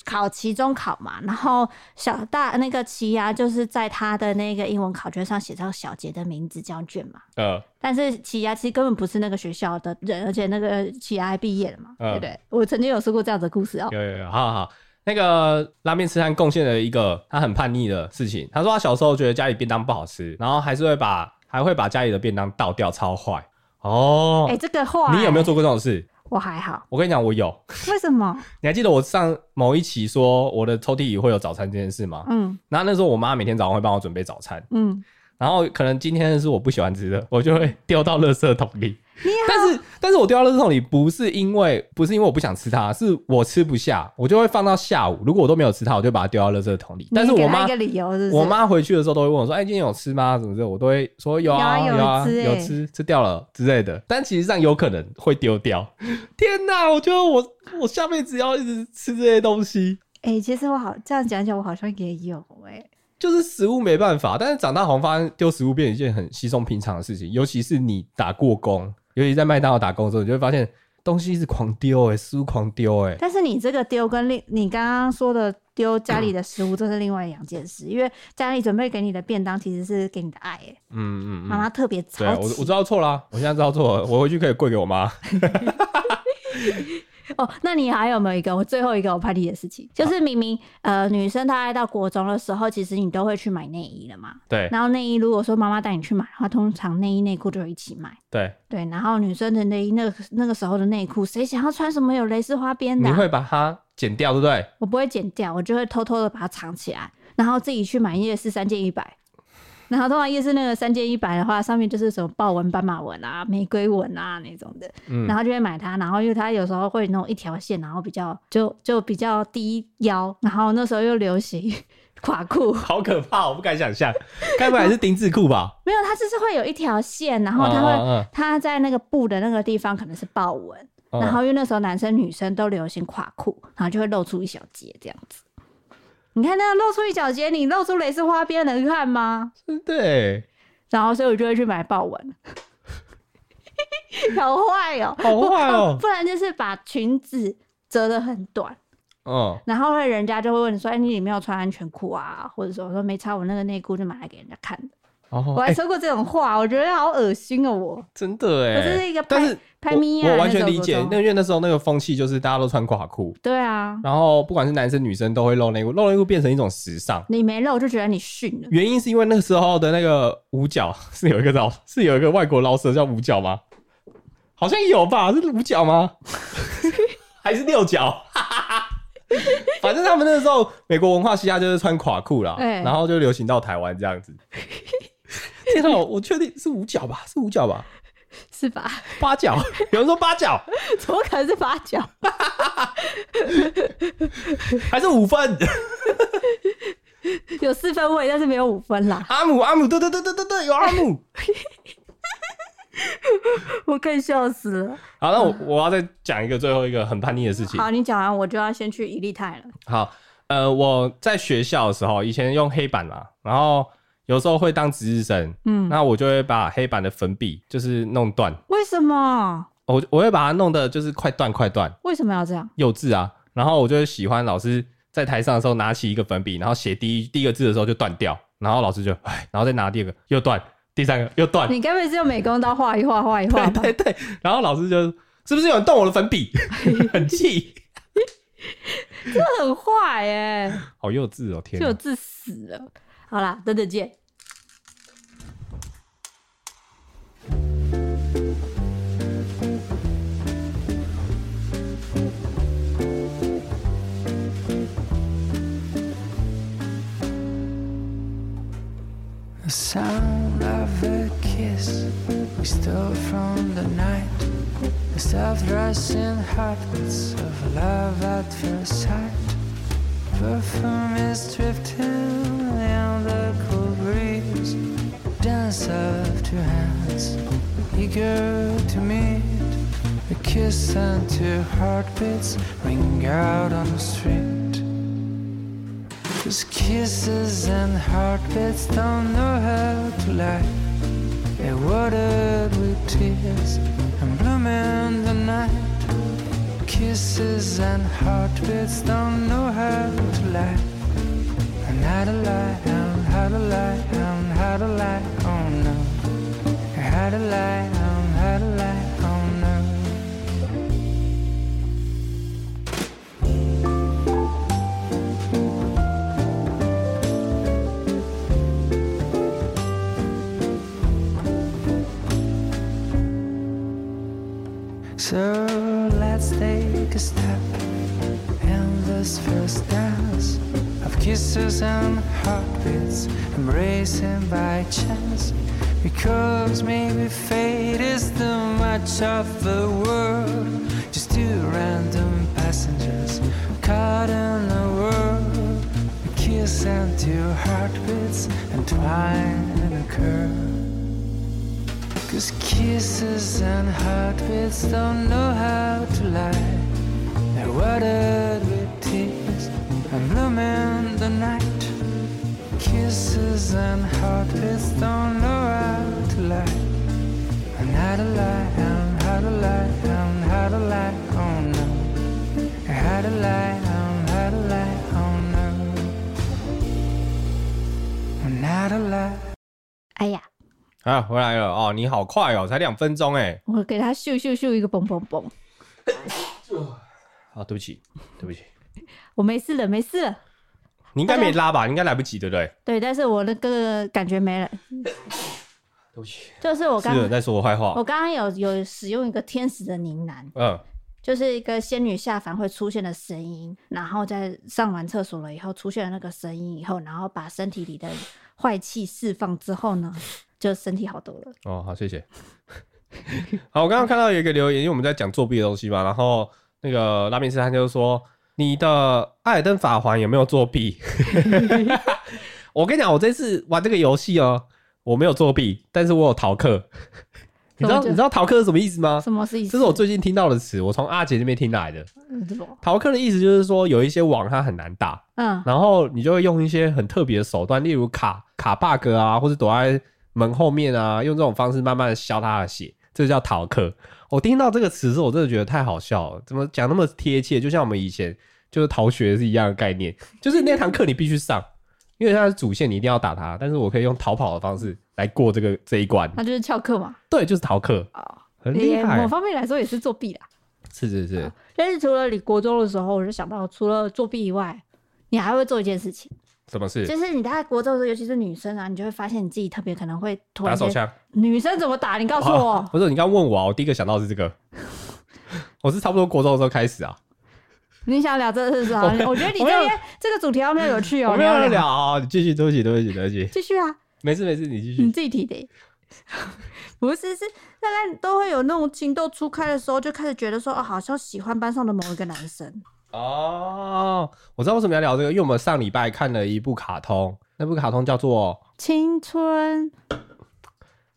[SPEAKER 2] 考期中考嘛，然后小大那个奇牙就是在他的那个英文考卷上写上小杰的名字交卷嘛。
[SPEAKER 1] 呃，
[SPEAKER 2] 但是奇牙其实根本不是那个学校的人，而且那个奇牙还毕业了嘛，
[SPEAKER 1] 嗯
[SPEAKER 2] 对不对？我曾经有说过这样的故事哦、
[SPEAKER 1] 有有有，好好好。那个拉面痴汉贡献了一个他很叛逆的事情。他说他小时候觉得家里便当不好吃，然后还是会把还会把家里的便当倒掉，超坏哦
[SPEAKER 2] 哎、。这个话、哎
[SPEAKER 1] 你有没有？做过这种事？
[SPEAKER 2] 我还好，
[SPEAKER 1] 我跟你讲，我有。
[SPEAKER 2] 为什么？
[SPEAKER 1] 你还记得我上某一期说我的抽屉里会有早餐这件事吗？
[SPEAKER 2] 嗯
[SPEAKER 1] 然后那时候我妈每天早上会帮我准备早餐，
[SPEAKER 2] 嗯，
[SPEAKER 1] 然后可能今天是我不喜欢吃的， 我就会丢到垃圾桶里。但是，但是我丢到垃圾桶里不是因为不是因为我不想吃它，是我吃不下，我就会放到下午。如果我都没有吃它，我就把它丢到垃圾桶里。但是
[SPEAKER 2] 你也
[SPEAKER 1] 我
[SPEAKER 2] 给他
[SPEAKER 1] 妈
[SPEAKER 2] 一个理由是不是？
[SPEAKER 1] 我妈回去的时候都会问我说：“哎、今天有吃吗？”什么之类的，我都会说：“有啊，
[SPEAKER 2] 有啊
[SPEAKER 1] 有啊，
[SPEAKER 2] 有吃
[SPEAKER 1] 有
[SPEAKER 2] 欸
[SPEAKER 1] 吃，吃掉了之类的。”但其实上有可能会丢掉。天哪！我觉得我我下辈子要一直吃这些东西，
[SPEAKER 2] 哎、其实我好这样讲讲，我好像也有哎、
[SPEAKER 1] 就是食物没办法。但是长大后发现丢食物变成一件很稀松平常的事情，尤其是你打过工，尤其在麦当劳打工的时候，你就会发现东西一直狂丢、欸，哎，食物狂丢、欸，哎。
[SPEAKER 2] 但是你这个丢跟另你刚刚说的丢家里的食物，这是另外两件事，因为家里准备给你的便当其实是给你的爱、欸，
[SPEAKER 1] 嗯嗯
[SPEAKER 2] 妈
[SPEAKER 1] 嗯，
[SPEAKER 2] 妈特别
[SPEAKER 1] 对
[SPEAKER 2] 早
[SPEAKER 1] 我我
[SPEAKER 2] 起
[SPEAKER 1] 知。道错啦，我现在知道错了，我回去可以跪给我妈。
[SPEAKER 2] 哦，那你还有没有一个？我最后一个我叛逆的事情，就是明明呃女生大概到国中的时候，其实你都会去买内衣了嘛。
[SPEAKER 1] 对
[SPEAKER 2] 然后内衣如果说妈妈带你去买的话，通常内衣内裤就一起买。
[SPEAKER 1] 对，
[SPEAKER 2] 对，然后女生的内衣，那个那个时候的内裤，谁想要穿什么有蕾丝花边的
[SPEAKER 1] 你
[SPEAKER 2] 啊、
[SPEAKER 1] 会把它剪掉，对不对？
[SPEAKER 2] 我不会剪掉，我就会偷偷的把它藏起来，然后自己去买夜市三件一百。然后通常夜市那个三件一百的话，上面就是什么豹纹、斑马纹啊、玫瑰纹啊那种的，
[SPEAKER 1] 嗯
[SPEAKER 2] 然后就会买它。然后因为它有时候会弄一条线，然后比较就就比较低腰，然后那时候又流行 垮裤，
[SPEAKER 1] 好可怕，我不敢想象。该不会还是丁字裤吧？
[SPEAKER 2] 没有，它就是会有一条线， 然后它会、
[SPEAKER 1] 嗯
[SPEAKER 2] 它在那个布的那个地方可能是豹纹，
[SPEAKER 1] 嗯嗯
[SPEAKER 2] 然后因为那时候男生女生都流行垮裤，然后就会露出一小节这样子。你看那个露出一小节，你露出蕾丝花边能看吗？
[SPEAKER 1] 嗯对，
[SPEAKER 2] 然后所以我就会去买豹纹， 好坏哦、
[SPEAKER 1] 好坏哦
[SPEAKER 2] 不然就是把裙子折得很短，
[SPEAKER 1] 嗯，
[SPEAKER 2] 然后人家就会问你说：“哎、你里面有穿安全裤啊？”或者说我说没穿我那个内裤就买来给人家看的。
[SPEAKER 1] 然后
[SPEAKER 2] 我还
[SPEAKER 1] 哎，
[SPEAKER 2] 说过这种话，我觉得好恶心哦、我
[SPEAKER 1] 真的
[SPEAKER 2] 我
[SPEAKER 1] 哎，
[SPEAKER 2] 这是一个
[SPEAKER 1] 但
[SPEAKER 2] 拍
[SPEAKER 1] 是
[SPEAKER 2] 拍
[SPEAKER 1] 我
[SPEAKER 2] 咪呀、啊
[SPEAKER 1] 我完全
[SPEAKER 2] 那时候
[SPEAKER 1] 理解
[SPEAKER 2] 国，中
[SPEAKER 1] 那因为那时候那个风气就是大家都穿垮裤，
[SPEAKER 2] 对啊，
[SPEAKER 1] 然后不管是男生女生都会露内裤，露内裤变成一种时尚。
[SPEAKER 2] 你没露我就觉得你逊了。
[SPEAKER 1] 原因是因为那个时候的那个五角是有一个老是有一个外国老师叫五角吗？好像有吧？是五角吗？ 还是六角？ 反正他们那时候美国文化西下就是穿垮裤啦，
[SPEAKER 2] 哎
[SPEAKER 1] 然后就流行到台湾这样子。 天哪，我我确定是五角吧？是五角吧？
[SPEAKER 2] 是 吧？
[SPEAKER 1] 八角？ 有人说八角，
[SPEAKER 2] 怎么可能是八角？
[SPEAKER 1] 还是五分？
[SPEAKER 2] 有四分位，但是没有五分啦。
[SPEAKER 1] 阿姆阿姆，对对对对对对，有阿姆。
[SPEAKER 2] 我更笑死了。
[SPEAKER 1] 好，那我我要再讲一个最后一个很叛逆的事情。
[SPEAKER 2] 嗯好，你讲完我就要先去伊利泰了。
[SPEAKER 1] 好，呃，我在学校的时候，以前用黑板嘛，然后有时候会当值日生，
[SPEAKER 2] 嗯，
[SPEAKER 1] 那我就会把黑板的粉笔就是弄断，
[SPEAKER 2] 为什么？
[SPEAKER 1] 我我会把它弄的就是快断快断，
[SPEAKER 2] 为什么要这样？
[SPEAKER 1] 幼稚啊。然后我就喜欢老师在台上的时候拿起一个粉笔，然后写第一第一个字的时候就断掉，然后老师就哎，然后再拿第二个又断，第三个又断，
[SPEAKER 2] 你该不会是用美工刀画一画，画一画
[SPEAKER 1] 对
[SPEAKER 2] 吧？
[SPEAKER 1] 对对，然后老师就是不是有人动我的粉笔， 很气，
[SPEAKER 2] 这很坏哎、
[SPEAKER 1] 好幼稚哦，天
[SPEAKER 2] 就
[SPEAKER 1] 哪
[SPEAKER 2] 有！自死了。好啦，等等见。
[SPEAKER 3] The sound of a kiss we stole from the night. The self-rushing heartbeats of love at first sight. Perfume is drifting in the cool breeze. Dance of two hands, eager to meet. A kiss and two heartbeats ring out on the street. Cause kisses and heartbeats don't know how to lie. They watered with tears and bloom in the night. Kisses and heartbeats don't know how to lie. And how to lie, and how to lie, and how to lie, oh no. How to lie, and how to lie, oh no. So let's take a step in this first dance of kisses and heartbeats, embracing by chance. Because maybe fate is too much of the world, just two random passengers caught in a whirl. A kiss and two heartbeats entwined in a curve. Cause kisses and heartbeats don't know how to lie. They're watered with tears and bloom in the night. Kisses and heartbeats don't know how to lie. And how to lie, and how to lie, and how to lie, oh no. How to lie, and how to lie, oh no. And how to lie.
[SPEAKER 2] 哎呀，
[SPEAKER 1] 啊，回来了哦，你好快哦，才两分钟哎。
[SPEAKER 2] 我给他咻咻咻一个嘣嘣嘣。
[SPEAKER 1] 好，啊对不起，对不起，
[SPEAKER 2] 我没事了，没事了。
[SPEAKER 1] 你应该没拉吧？你应该来不及，对不对？
[SPEAKER 2] 对，但是我那个感觉没了，
[SPEAKER 1] 对不起，
[SPEAKER 2] 就是我
[SPEAKER 1] 是
[SPEAKER 2] 刚
[SPEAKER 1] 有人在说我坏话
[SPEAKER 2] 我。刚刚有有使用一个天使的呢喃，
[SPEAKER 1] 嗯，
[SPEAKER 2] 就是一个仙女下凡会出现的声音，然后在上完厕所了以后出现了那个声音以后，然后把身体里的坏气释放之后呢，就身体好多了。
[SPEAKER 1] 哦，好，谢谢。 好，我刚刚看到有一个留言，因为我们在讲作弊的东西嘛，然后那个拉面师他就说：“你的《艾尔登法环》有没有作弊？” 我跟你讲，我这次玩这个游戏哦，我没有作弊，但是我有逃课。你知道
[SPEAKER 2] 怎么就
[SPEAKER 1] 你知道逃课是什么意思吗？
[SPEAKER 2] 什么是意思？
[SPEAKER 1] 这是我最近听到的词，我从阿杰那边听来的。
[SPEAKER 2] 嗯什么？
[SPEAKER 1] 逃课的意思就是说，有一些网它很难打，
[SPEAKER 2] 嗯
[SPEAKER 1] 然后你就会用一些很特别的手段，例如卡卡 bug 啊，或者躲在门后面啊，用这种方式慢慢的消他的血，这叫逃课。我听到这个词的时候，我真的觉得太好笑了，怎么讲那么贴切？就像我们以前就是逃学是一样的概念，就是那堂课你必须上，因为它是主线，你一定要打它，但是我可以用逃跑的方式来过这个这一关。
[SPEAKER 2] 那就是翘课嘛。
[SPEAKER 1] 对，就是逃课，
[SPEAKER 2] 哦，
[SPEAKER 1] 很厉
[SPEAKER 2] 也某
[SPEAKER 1] 害。
[SPEAKER 2] 方面来说也是作弊啦。
[SPEAKER 1] 是是是，
[SPEAKER 2] 但是除了你国中的时候，我就想到，除了作弊以外，你还会做一件事情，
[SPEAKER 1] 什么事？
[SPEAKER 2] 就是你大概国中的时候，尤其是女生啊，你就会发现你自己特别可能会突
[SPEAKER 1] 打
[SPEAKER 2] 然
[SPEAKER 1] 手
[SPEAKER 2] 间，
[SPEAKER 1] 枪。
[SPEAKER 2] 女生怎么打？你告诉我，
[SPEAKER 1] 不是你刚问我、啊，我第一个想到的是这个。我是差不多国中的时候开始啊，
[SPEAKER 2] 你想聊这个是不是啊？我觉得你
[SPEAKER 1] 哦
[SPEAKER 2] 这
[SPEAKER 1] 我没有
[SPEAKER 2] 边这个主题要没有有趣哦，
[SPEAKER 1] 我没有
[SPEAKER 2] 你要
[SPEAKER 1] 人聊啊，你继续，对不起，对不起，对不起，
[SPEAKER 2] 继续啊，
[SPEAKER 1] 没事没事，你继
[SPEAKER 2] 你
[SPEAKER 1] 续。
[SPEAKER 2] 自己提的。 不是，是大概都会有那种情窦初开的时候，就开始觉得说，哦，好像喜欢班上的某一个男生。
[SPEAKER 1] 哦，我知道为什么要聊这个，因为我们上礼拜看了一部卡通，那部卡通叫做……
[SPEAKER 2] 青春，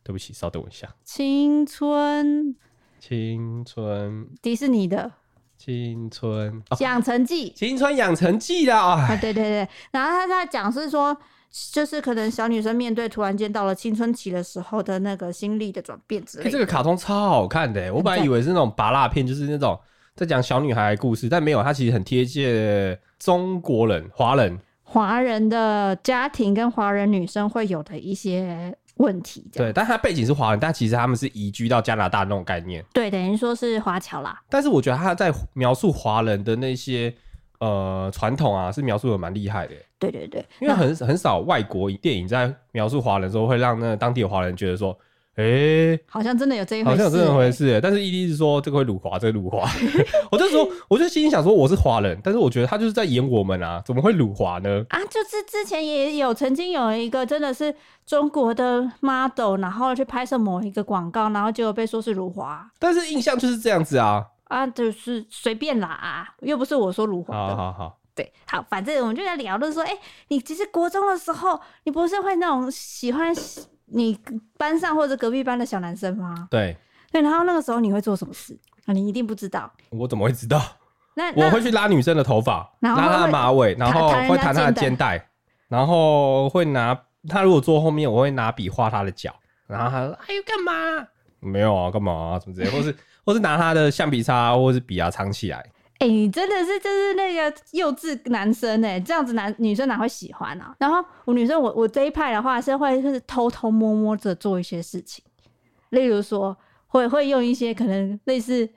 [SPEAKER 1] 对不起，稍等我一下，
[SPEAKER 2] 青春，
[SPEAKER 1] 青春，
[SPEAKER 2] 迪士尼的
[SPEAKER 1] 青春，哦
[SPEAKER 2] 《养成记》
[SPEAKER 1] 青春养成记的啊
[SPEAKER 2] 啊，！对对对。然后他在讲是说，就是可能小女生面对突然间到了青春期的时候的那个心理的转变之
[SPEAKER 1] 哎
[SPEAKER 2] 类
[SPEAKER 1] 这
[SPEAKER 2] 的。
[SPEAKER 1] 个卡通超好看的，欸我本来以为是那种拔蜡片，就是那种在讲小女孩的故事，但没有，它其实很贴切中国人、华人。
[SPEAKER 2] 华人的家庭跟华人女生会有的一些问题，这样
[SPEAKER 1] 对，但它背景是华人，但其实他们是移居到加拿大那种概念。
[SPEAKER 2] 对，等于说是华侨啦。
[SPEAKER 1] 但是我觉得他在描述华人的那些呃传统啊，是描述的蛮厉害的，
[SPEAKER 2] 对对对，
[SPEAKER 1] 因为
[SPEAKER 2] 那
[SPEAKER 1] 很很少外国电影在描述华人的时候，会让那个当地的华人觉得说，哎、
[SPEAKER 2] 好像真的有这一回
[SPEAKER 1] 好
[SPEAKER 2] 事、
[SPEAKER 1] 像有这么回事耶。但是伊利是说这个会辱华，这个辱华。 我就说，我就心里想说我是华人，但是我觉得他就是在演我们啊，怎么会辱华呢？
[SPEAKER 2] 啊，就是之前也有曾经有一个真的是中国的 model，然后去拍摄某一个广告，然后结果被说是辱华
[SPEAKER 1] 但是印象就是这样子啊。
[SPEAKER 2] 啊，就是随便啦、又不是我说辱华的。
[SPEAKER 1] 好好好，
[SPEAKER 2] 对，好，反正我们就在聊，就是说，哎、你其实国中的时候，你不是会那种喜欢你班上或者隔壁班的小男生吗？
[SPEAKER 1] 对
[SPEAKER 2] 对，然后那个时候你会做什么事？啊，你一定不知道。
[SPEAKER 1] 我怎么会知道？
[SPEAKER 2] 那那
[SPEAKER 1] 我会去拉女生的头发，
[SPEAKER 2] 然
[SPEAKER 1] 拉
[SPEAKER 2] 后
[SPEAKER 1] 她的
[SPEAKER 2] 会
[SPEAKER 1] 马尾，然后
[SPEAKER 2] 弹
[SPEAKER 1] 会
[SPEAKER 2] 弹
[SPEAKER 1] 弹
[SPEAKER 2] 人家
[SPEAKER 1] 她的
[SPEAKER 2] 肩
[SPEAKER 1] 肩带，然后会拿她如果坐后面，我会拿笔画她的脚，然后她说：“哎呦，干嘛？”没有啊，干嘛啊？什么 之类，或是或是拿她的橡皮擦或是笔啊藏起来。
[SPEAKER 2] 哎、你真的是就是那个幼稚男生哎、这样子男女生哪会喜欢啊？然后我女生我我这一派的话是会是偷偷摸摸着做一些事情，例如说会会用一些可能类似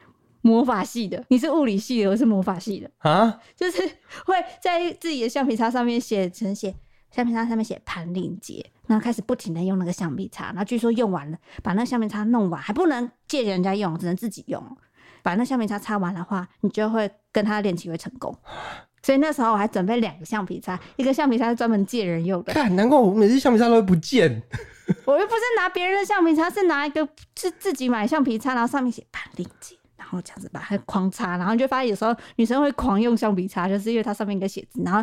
[SPEAKER 2] 魔法系的，你是物理系的，我是魔法系的，
[SPEAKER 1] 啊，
[SPEAKER 2] 就是会在自己的橡皮擦上面写成写橡皮擦上面写盘领结，然后开始不停的用那个橡皮擦，然后据说用完了，把那个橡皮擦弄完还不能借人家用，只能自己用。把那橡皮擦擦完的话，你就会跟他的恋情会成功。所以那时候我还准备两个橡皮擦，一个橡皮擦是专门借人用的，
[SPEAKER 1] 看，难怪我每次橡皮擦都会不 见。
[SPEAKER 2] 我又不是拿别人的橡皮擦，是拿一个是自己买橡皮擦，然后上面写盘领结。然后这样子把它狂擦，然后你就发现有时候女生会狂用橡皮擦，就是因为它上面一个写字，然后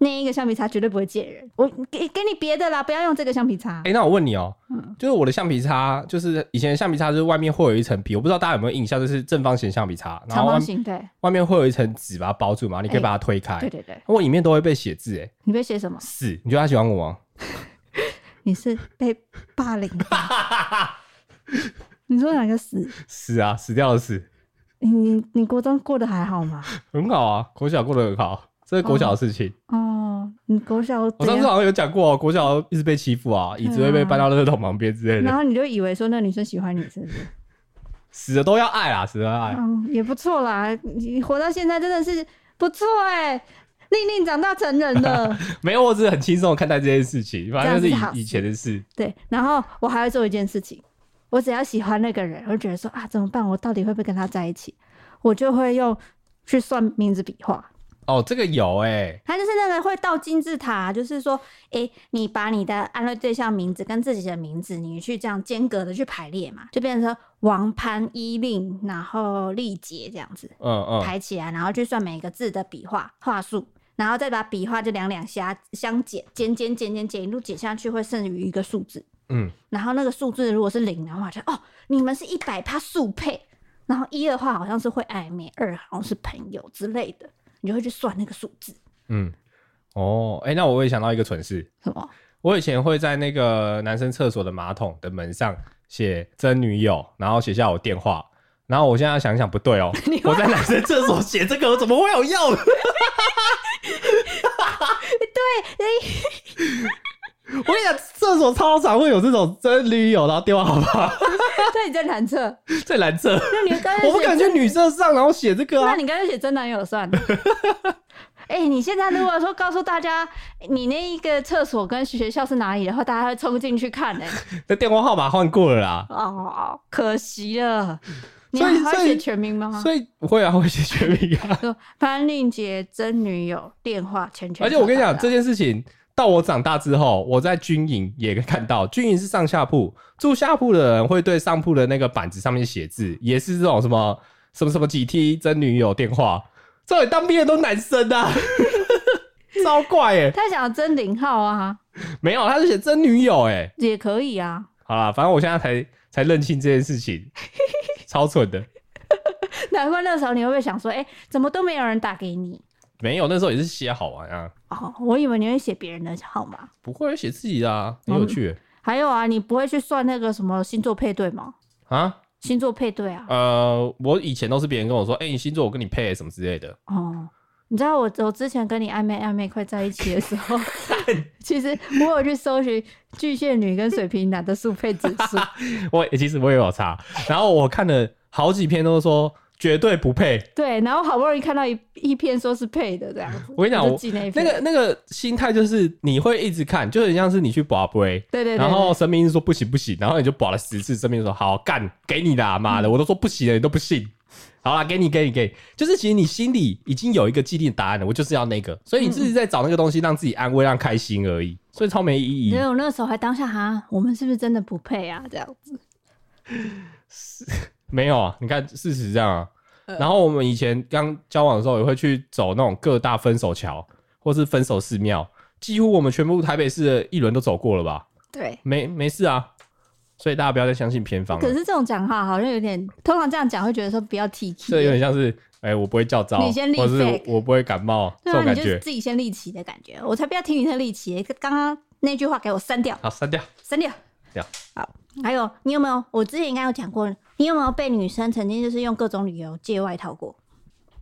[SPEAKER 2] 那一个橡皮擦绝对不会借人。我给给你别的啦，不要用这个橡皮 擦。
[SPEAKER 1] 哎、那我问你哦、
[SPEAKER 2] 嗯
[SPEAKER 1] 就是我的橡皮擦，就是以前的橡皮擦，就是外面会有一层皮，我不知道大家有没有印象，就是正方形橡皮擦，然
[SPEAKER 2] 长
[SPEAKER 1] 后外
[SPEAKER 2] 方形，对
[SPEAKER 1] 外面会有一层纸把它包住嘛，你可以
[SPEAKER 2] 哎
[SPEAKER 1] 把它推开。
[SPEAKER 2] 对对对，
[SPEAKER 1] 我里面都会被写字、哎，
[SPEAKER 2] 你被写什么？
[SPEAKER 1] 是，你觉得他喜欢我吗？
[SPEAKER 2] 你是被霸凌吧？ 你说哪个死？
[SPEAKER 1] 死啊，死掉的死，
[SPEAKER 2] 你你你国中过得还好吗？
[SPEAKER 1] 很好啊，国小过得很好，这是国小的事情。
[SPEAKER 2] 哦，你国小
[SPEAKER 1] 我
[SPEAKER 2] 怎
[SPEAKER 1] 上次
[SPEAKER 2] 样？啊
[SPEAKER 1] 好像有讲过，哦国小一直被欺负啊，椅子会被搬到垃圾桶旁边之类
[SPEAKER 2] 然
[SPEAKER 1] 的。
[SPEAKER 2] 后你就以为说那女生喜欢你，是不是？
[SPEAKER 1] 死了都要爱啦，死了要爱。
[SPEAKER 2] 嗯，也不错啦。你活到现在真的是不错哎、令令长大成人了，
[SPEAKER 1] 没有，我只是很轻松地看待这件事情，反正就
[SPEAKER 2] 这
[SPEAKER 1] 是
[SPEAKER 2] 样是好
[SPEAKER 1] 以以前的事。
[SPEAKER 2] 对。然后我还会做一件事情，我只要喜欢那个人，我就觉得说啊，怎么办？我到底会不会跟他在一起？我就会用去算名字笔画，
[SPEAKER 1] 哦，这个有哎、
[SPEAKER 2] 他就是那个会倒金字塔，就是说，诶，你把你的安乐对象名字跟自己的名字，你去这样间隔的去排列嘛，就变成说王潘依令，然后丽杰这样子
[SPEAKER 1] 嗯嗯，
[SPEAKER 2] 排起来，然后去算每个字的笔画画数，然后再把笔画就两两相相减，减减减减减，一路减下去会剩余一个数字，
[SPEAKER 1] 嗯，
[SPEAKER 2] 然后那个数字如果是零的话，就哦，你们是一百趴速配，然后一的话好像是会暧昧，二好像是朋友之类的，你就会去算那个数字，
[SPEAKER 1] 嗯，哦，哎、那我也想到一个蠢事，
[SPEAKER 2] 什么？
[SPEAKER 1] 我以前会在那个男生厕所的马桶的门上写真女友，然后写下我电话。然后我现在想一想不对 哦，我在男生厕所写这个，我怎么会有用？ 对，我跟你讲，厕所超常会有这种真女友，然后电话号码
[SPEAKER 2] 哎对，你在男厕，
[SPEAKER 1] 在男厕，
[SPEAKER 2] 那你干脆
[SPEAKER 1] 我不
[SPEAKER 2] 写
[SPEAKER 1] 敢去
[SPEAKER 2] 真，
[SPEAKER 1] 女啊厕上，然后写这个
[SPEAKER 2] 那
[SPEAKER 1] 啊。
[SPEAKER 2] 你干脆写真男 友算了。哎、你现在如果说告诉大家你那一个厕所跟学校是哪里的话，大家会冲进去看呢、
[SPEAKER 1] 那电话号码换过了啦，
[SPEAKER 2] 哦，可惜了。你
[SPEAKER 1] 嗯所以
[SPEAKER 2] 还
[SPEAKER 1] 所
[SPEAKER 2] 会
[SPEAKER 1] 以
[SPEAKER 2] 写全名吗？
[SPEAKER 1] 所以会啊，会写全名啊。
[SPEAKER 2] 说潘令杰真女友电话全全。
[SPEAKER 1] 而且我跟你讲，这件事情到我长大之后，我在军营也看到，军营是上下铺，住下铺的人会对上铺的那个板子上面写字，也是这种什么什么什么几梯真女友电话。这里当兵的都男生啊， 超怪哎、
[SPEAKER 2] 他想要真零号啊，
[SPEAKER 1] 没有，他是写真女友哎、
[SPEAKER 2] 也可以啊。
[SPEAKER 1] 好啦，反正我现在才才认清这件事情，超蠢的。
[SPEAKER 2] 难怪那时候你会不会想说，哎、怎么都没有人打给你？
[SPEAKER 1] 没有，那时候也是写好玩啊，
[SPEAKER 2] 哦，我以为你会写别人的号码。
[SPEAKER 1] 不会写自己的啊，很有趣、
[SPEAKER 2] 还有啊，你不会去算那个什么星座配对吗？
[SPEAKER 1] 啊。
[SPEAKER 2] 星座配对啊，
[SPEAKER 1] 呃，我以前都是别人跟我说，哎、你星座我跟你配什么之类的，
[SPEAKER 2] 哦，你知道我我之前跟你暧昧暧昧快在一起的时 候，其实我有去搜寻巨蟹女跟水瓶男的速配指数，
[SPEAKER 1] 我、欸其实我也有查，然后我看了好几篇都说绝对不配。
[SPEAKER 2] 对，然后好不容易看到一一篇说是配的这样子，
[SPEAKER 1] 我跟你讲，
[SPEAKER 2] 就
[SPEAKER 1] 我
[SPEAKER 2] 记那一
[SPEAKER 1] 那
[SPEAKER 2] 篇，
[SPEAKER 1] 个那个心态就是你会一直看，就很像是你去拔杯，
[SPEAKER 2] 对对对，
[SPEAKER 1] 然后神明说不行不行，然后你就拔了十次，神明说好干，给你啦，妈
[SPEAKER 2] 嗯
[SPEAKER 1] 的，我都说不行了，你都不信。好啦，给你，给你，给你，就是其实你心里已经有一个既定答案了，我就是要那个，所以
[SPEAKER 2] 嗯
[SPEAKER 1] 你自己在找那个东西让自己安慰、让开心而已，所以超没意义
[SPEAKER 2] 因。为我那时候还当下哈，我们是不是真的不配啊？这样子，
[SPEAKER 1] 没有啊，你看事实这样啊。
[SPEAKER 2] 嗯
[SPEAKER 1] 然后我们以前刚交往的时候，也会去走那种各大分手桥或是分手寺庙，几乎我们全部台北市的一轮都走过了吧？
[SPEAKER 2] 对。
[SPEAKER 1] 没没事啊，所以大家不要再相信偏方
[SPEAKER 2] 可
[SPEAKER 1] 了。
[SPEAKER 2] 是这种讲话好像有点，通常这样讲会觉得说不要提起，
[SPEAKER 1] 这有点像是，哎、我不会叫招，
[SPEAKER 2] 你先立
[SPEAKER 1] 或是
[SPEAKER 2] flag
[SPEAKER 1] 我不会感冒这
[SPEAKER 2] 对啊，
[SPEAKER 1] 种
[SPEAKER 2] 你
[SPEAKER 1] 感
[SPEAKER 2] 就
[SPEAKER 1] 觉。
[SPEAKER 2] 自己先立起的感觉，我才不要听你那立起，刚刚那句话给我删掉，
[SPEAKER 1] 好，删掉。
[SPEAKER 2] 删掉。
[SPEAKER 1] 掉
[SPEAKER 2] 好，还有你有没有？我之前应该有讲过，你有没有被女生曾经就是用各种理由借外套过？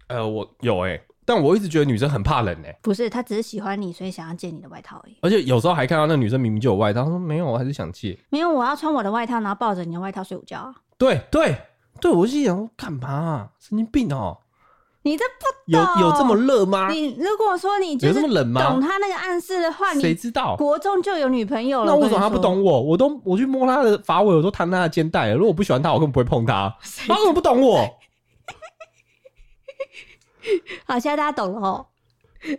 [SPEAKER 1] 呃，我有哎、但我一直觉得女生很怕冷哎、
[SPEAKER 2] 不是，她只是喜欢你，所以想要借你的外套而已。
[SPEAKER 1] 而且有时候还看到那个女生明明就有外套，她说没有，我还是想借。
[SPEAKER 2] 没有，我要穿我的外套，然后抱着你的外套睡午觉啊！
[SPEAKER 1] 对对对，我就想说干嘛啊、神经病哦、
[SPEAKER 2] 你这不
[SPEAKER 1] 有
[SPEAKER 2] 懂
[SPEAKER 1] 有这么热吗？
[SPEAKER 2] 你如果说你就
[SPEAKER 1] 有
[SPEAKER 2] 是
[SPEAKER 1] 这么冷吗
[SPEAKER 2] 懂他那个暗示的话，
[SPEAKER 1] 谁
[SPEAKER 2] 你
[SPEAKER 1] 知道？
[SPEAKER 2] 国中就有女朋友了。
[SPEAKER 1] 那为什么
[SPEAKER 2] 我
[SPEAKER 1] 他
[SPEAKER 2] 跟你
[SPEAKER 1] 不
[SPEAKER 2] 说？
[SPEAKER 1] 懂我？我都我去摸他的发尾，我都弹他的肩带了。如果我不喜欢他，我根本不会碰 他。他为什么不懂我？
[SPEAKER 2] 好，现在大家懂了哦。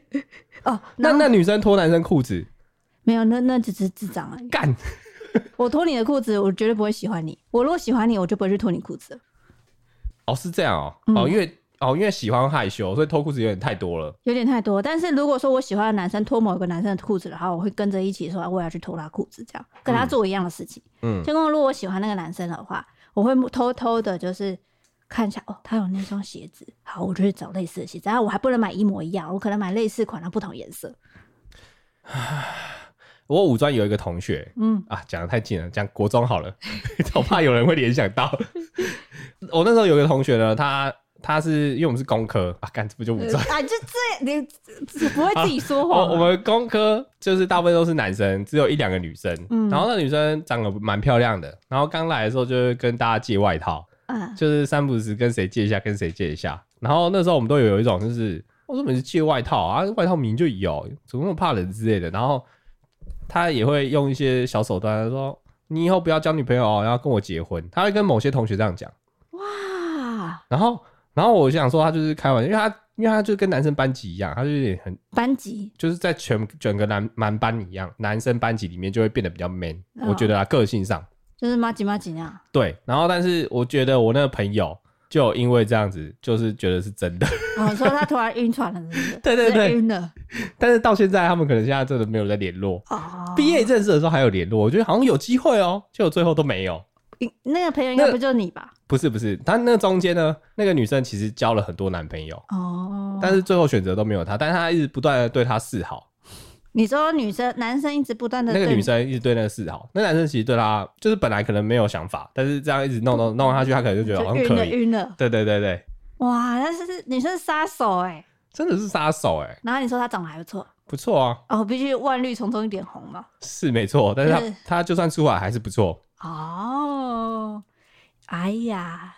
[SPEAKER 2] 哦，
[SPEAKER 1] 那
[SPEAKER 2] 然后
[SPEAKER 1] 那女生脱男生裤子
[SPEAKER 2] 没有，那那只是智障而已。
[SPEAKER 1] 干，
[SPEAKER 2] 我脱你的裤子，我绝对不会喜欢你。我如果喜欢你，我就不会去脱你裤子了，
[SPEAKER 1] 哦是这样哦、
[SPEAKER 2] 嗯
[SPEAKER 1] 哦因为哦因为喜欢害羞，所以脱裤子有点太多了。
[SPEAKER 2] 有点太多。但是如果说我喜欢的男生脱某一个男生的裤子的话，我会跟着一起说，啊我也要去脱他裤子，这样跟他做一样的事情。
[SPEAKER 1] 嗯，
[SPEAKER 2] 就跟如果我喜欢那个男生的话，我会偷偷的，就是看一下哦，他有那双鞋子，好，我就去找类似的鞋子。然后我还不能买一模一样，我可能买类似款，然后不同颜色。
[SPEAKER 1] 我五专有一个同学
[SPEAKER 2] 嗯，
[SPEAKER 1] 啊，讲的太近了，讲国中好了， 我怕有人会联想到。 我那时候有一个同学呢，他他是因为我们是工科啊， 干这哦不就五专
[SPEAKER 2] 呃？啊，就这你不会自己说
[SPEAKER 1] 我我
[SPEAKER 2] 谎啊。
[SPEAKER 1] 们工科就是大部分都是男生，只有一两个女生。
[SPEAKER 2] 嗯
[SPEAKER 1] 然后那女生长得蛮漂亮的，然后刚来的时候就会跟大家借外套，
[SPEAKER 2] 嗯，
[SPEAKER 1] 就是三不时跟谁借一下，跟谁借一下。然后那时候我们都有一种就是，我说每次借外套啊，外套明明就有，怎么那么怕冷之类的。然后他也会用一些小手段他说，你以后不要交女朋友哦，然后跟我结婚。他会跟某些同学这样讲。
[SPEAKER 2] 哇，
[SPEAKER 1] 然后，然后我想说他就是开玩笑，因为他因为他就跟男生班级一样，他就有点很
[SPEAKER 2] 班级
[SPEAKER 1] 就是在全整个男男班一样，男生班级里面就会变得比较 man，、
[SPEAKER 2] 哦
[SPEAKER 1] 我觉得啊，个性上。
[SPEAKER 2] 就是马吉马吉那样，
[SPEAKER 1] 对，然后但是我觉得我那个朋友就因为这样子，就是觉得是真的，
[SPEAKER 2] 哦，说他突然晕船了，是不是？
[SPEAKER 1] 对对对
[SPEAKER 2] 是晕了。
[SPEAKER 1] 但是到现在他们可能现在真的没有在联络。
[SPEAKER 2] 哦，
[SPEAKER 1] 毕业一阵子的时候还有联络，我觉得好像有机会哦、结果最后都没有。
[SPEAKER 2] 你那个朋友应该
[SPEAKER 1] 那
[SPEAKER 2] 不就你吧？
[SPEAKER 1] 不是不是，她那中间呢，那个女生其实交了很多男朋友，
[SPEAKER 2] 哦，
[SPEAKER 1] 但是最后选择都没有她，但是她一直不断的对她示好，
[SPEAKER 2] 你说女生男生一直不断的
[SPEAKER 1] 那个女生一直对那个示好，那男生其实对她就是本来可能没有想法，但是这样一直弄弄弄下去，她可能就觉得好像
[SPEAKER 2] 晕
[SPEAKER 1] 可
[SPEAKER 2] 了
[SPEAKER 1] 以。
[SPEAKER 2] 晕了，
[SPEAKER 1] 对对对对，
[SPEAKER 2] 哇，但是女生是杀手哎、
[SPEAKER 1] 真的是杀手哎、
[SPEAKER 2] 然后你说她长得还不错，
[SPEAKER 1] 不错啊，
[SPEAKER 2] 哦，必须万绿丛中一点红嘛。
[SPEAKER 1] 是没错，但是
[SPEAKER 2] 嗯
[SPEAKER 1] 她她就算出来还是不错。
[SPEAKER 2] 哦，哎呀，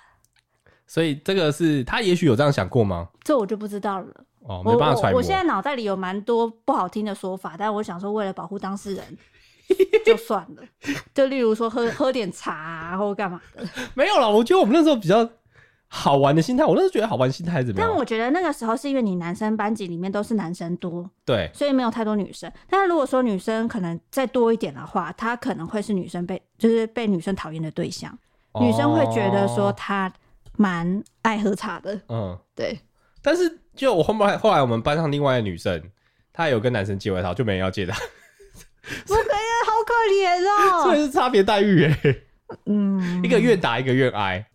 [SPEAKER 1] 所以这个是他也许有这样想过吗？
[SPEAKER 2] 这我就不知道了。
[SPEAKER 1] 哦，
[SPEAKER 2] 我
[SPEAKER 1] 没办法揣
[SPEAKER 2] 我。
[SPEAKER 1] 摩
[SPEAKER 2] 我。现在脑袋里有蛮多不好听的说法，但我想说，为了保护当事人， 就算了。就例如说喝喝点茶、啊、或干嘛的。
[SPEAKER 1] 没有了，我觉得我们那时候比较好玩的心态，我那时候觉得好玩心态是怎么
[SPEAKER 2] 但
[SPEAKER 1] 样？
[SPEAKER 2] 我觉得那个时候是因为你男生班级里面都是男生多，
[SPEAKER 1] 对，
[SPEAKER 2] 所以没有太多女生。但是如果说女生可能再多一点的话，她可能会是女生被就是被女生讨厌的对象，女生会觉得说
[SPEAKER 1] 哦，
[SPEAKER 2] 她蛮爱喝茶的，
[SPEAKER 1] 嗯，
[SPEAKER 2] 对。
[SPEAKER 1] 但是就我后面后来我们班上另外的女生，她有跟男生借外套，就没人要借她，
[SPEAKER 2] 我感觉哎好可 怜
[SPEAKER 1] 所
[SPEAKER 2] 哦。
[SPEAKER 1] 以是差别待遇欸耶，
[SPEAKER 2] 嗯
[SPEAKER 1] 一个愿打一个愿挨，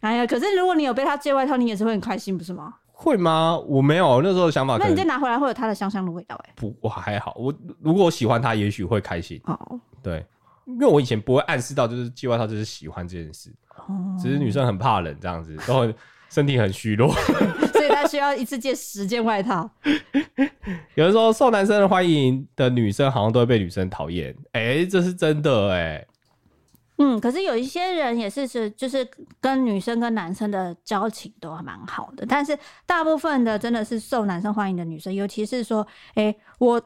[SPEAKER 2] 哎呀，可是如果你有被他借外套，你也是会很开心，不是吗？
[SPEAKER 1] 会吗？我没有，那时候的想法
[SPEAKER 2] 那
[SPEAKER 1] 可
[SPEAKER 2] 你再
[SPEAKER 1] 能
[SPEAKER 2] 拿回来会有它的香香的味道、哎。
[SPEAKER 1] 不，我还好，我如果我喜欢她，也许会开心，
[SPEAKER 2] 哦，
[SPEAKER 1] 对。因为我以前不会暗示到，就是借外套就是喜欢这件事，
[SPEAKER 2] 哦，
[SPEAKER 1] 只是女生很怕冷这样子，然后身体很虚弱，
[SPEAKER 2] 所以他需要一次借十件外套。
[SPEAKER 1] 有人说受男生的欢迎的女生好像都会被女生讨厌，哎、这是真的哎、
[SPEAKER 2] 嗯，可是有一些人也是是，就是跟女生跟男生的交情都还蛮好的，但是大部分的真的是受男生欢迎的女生，尤其是说，哎、我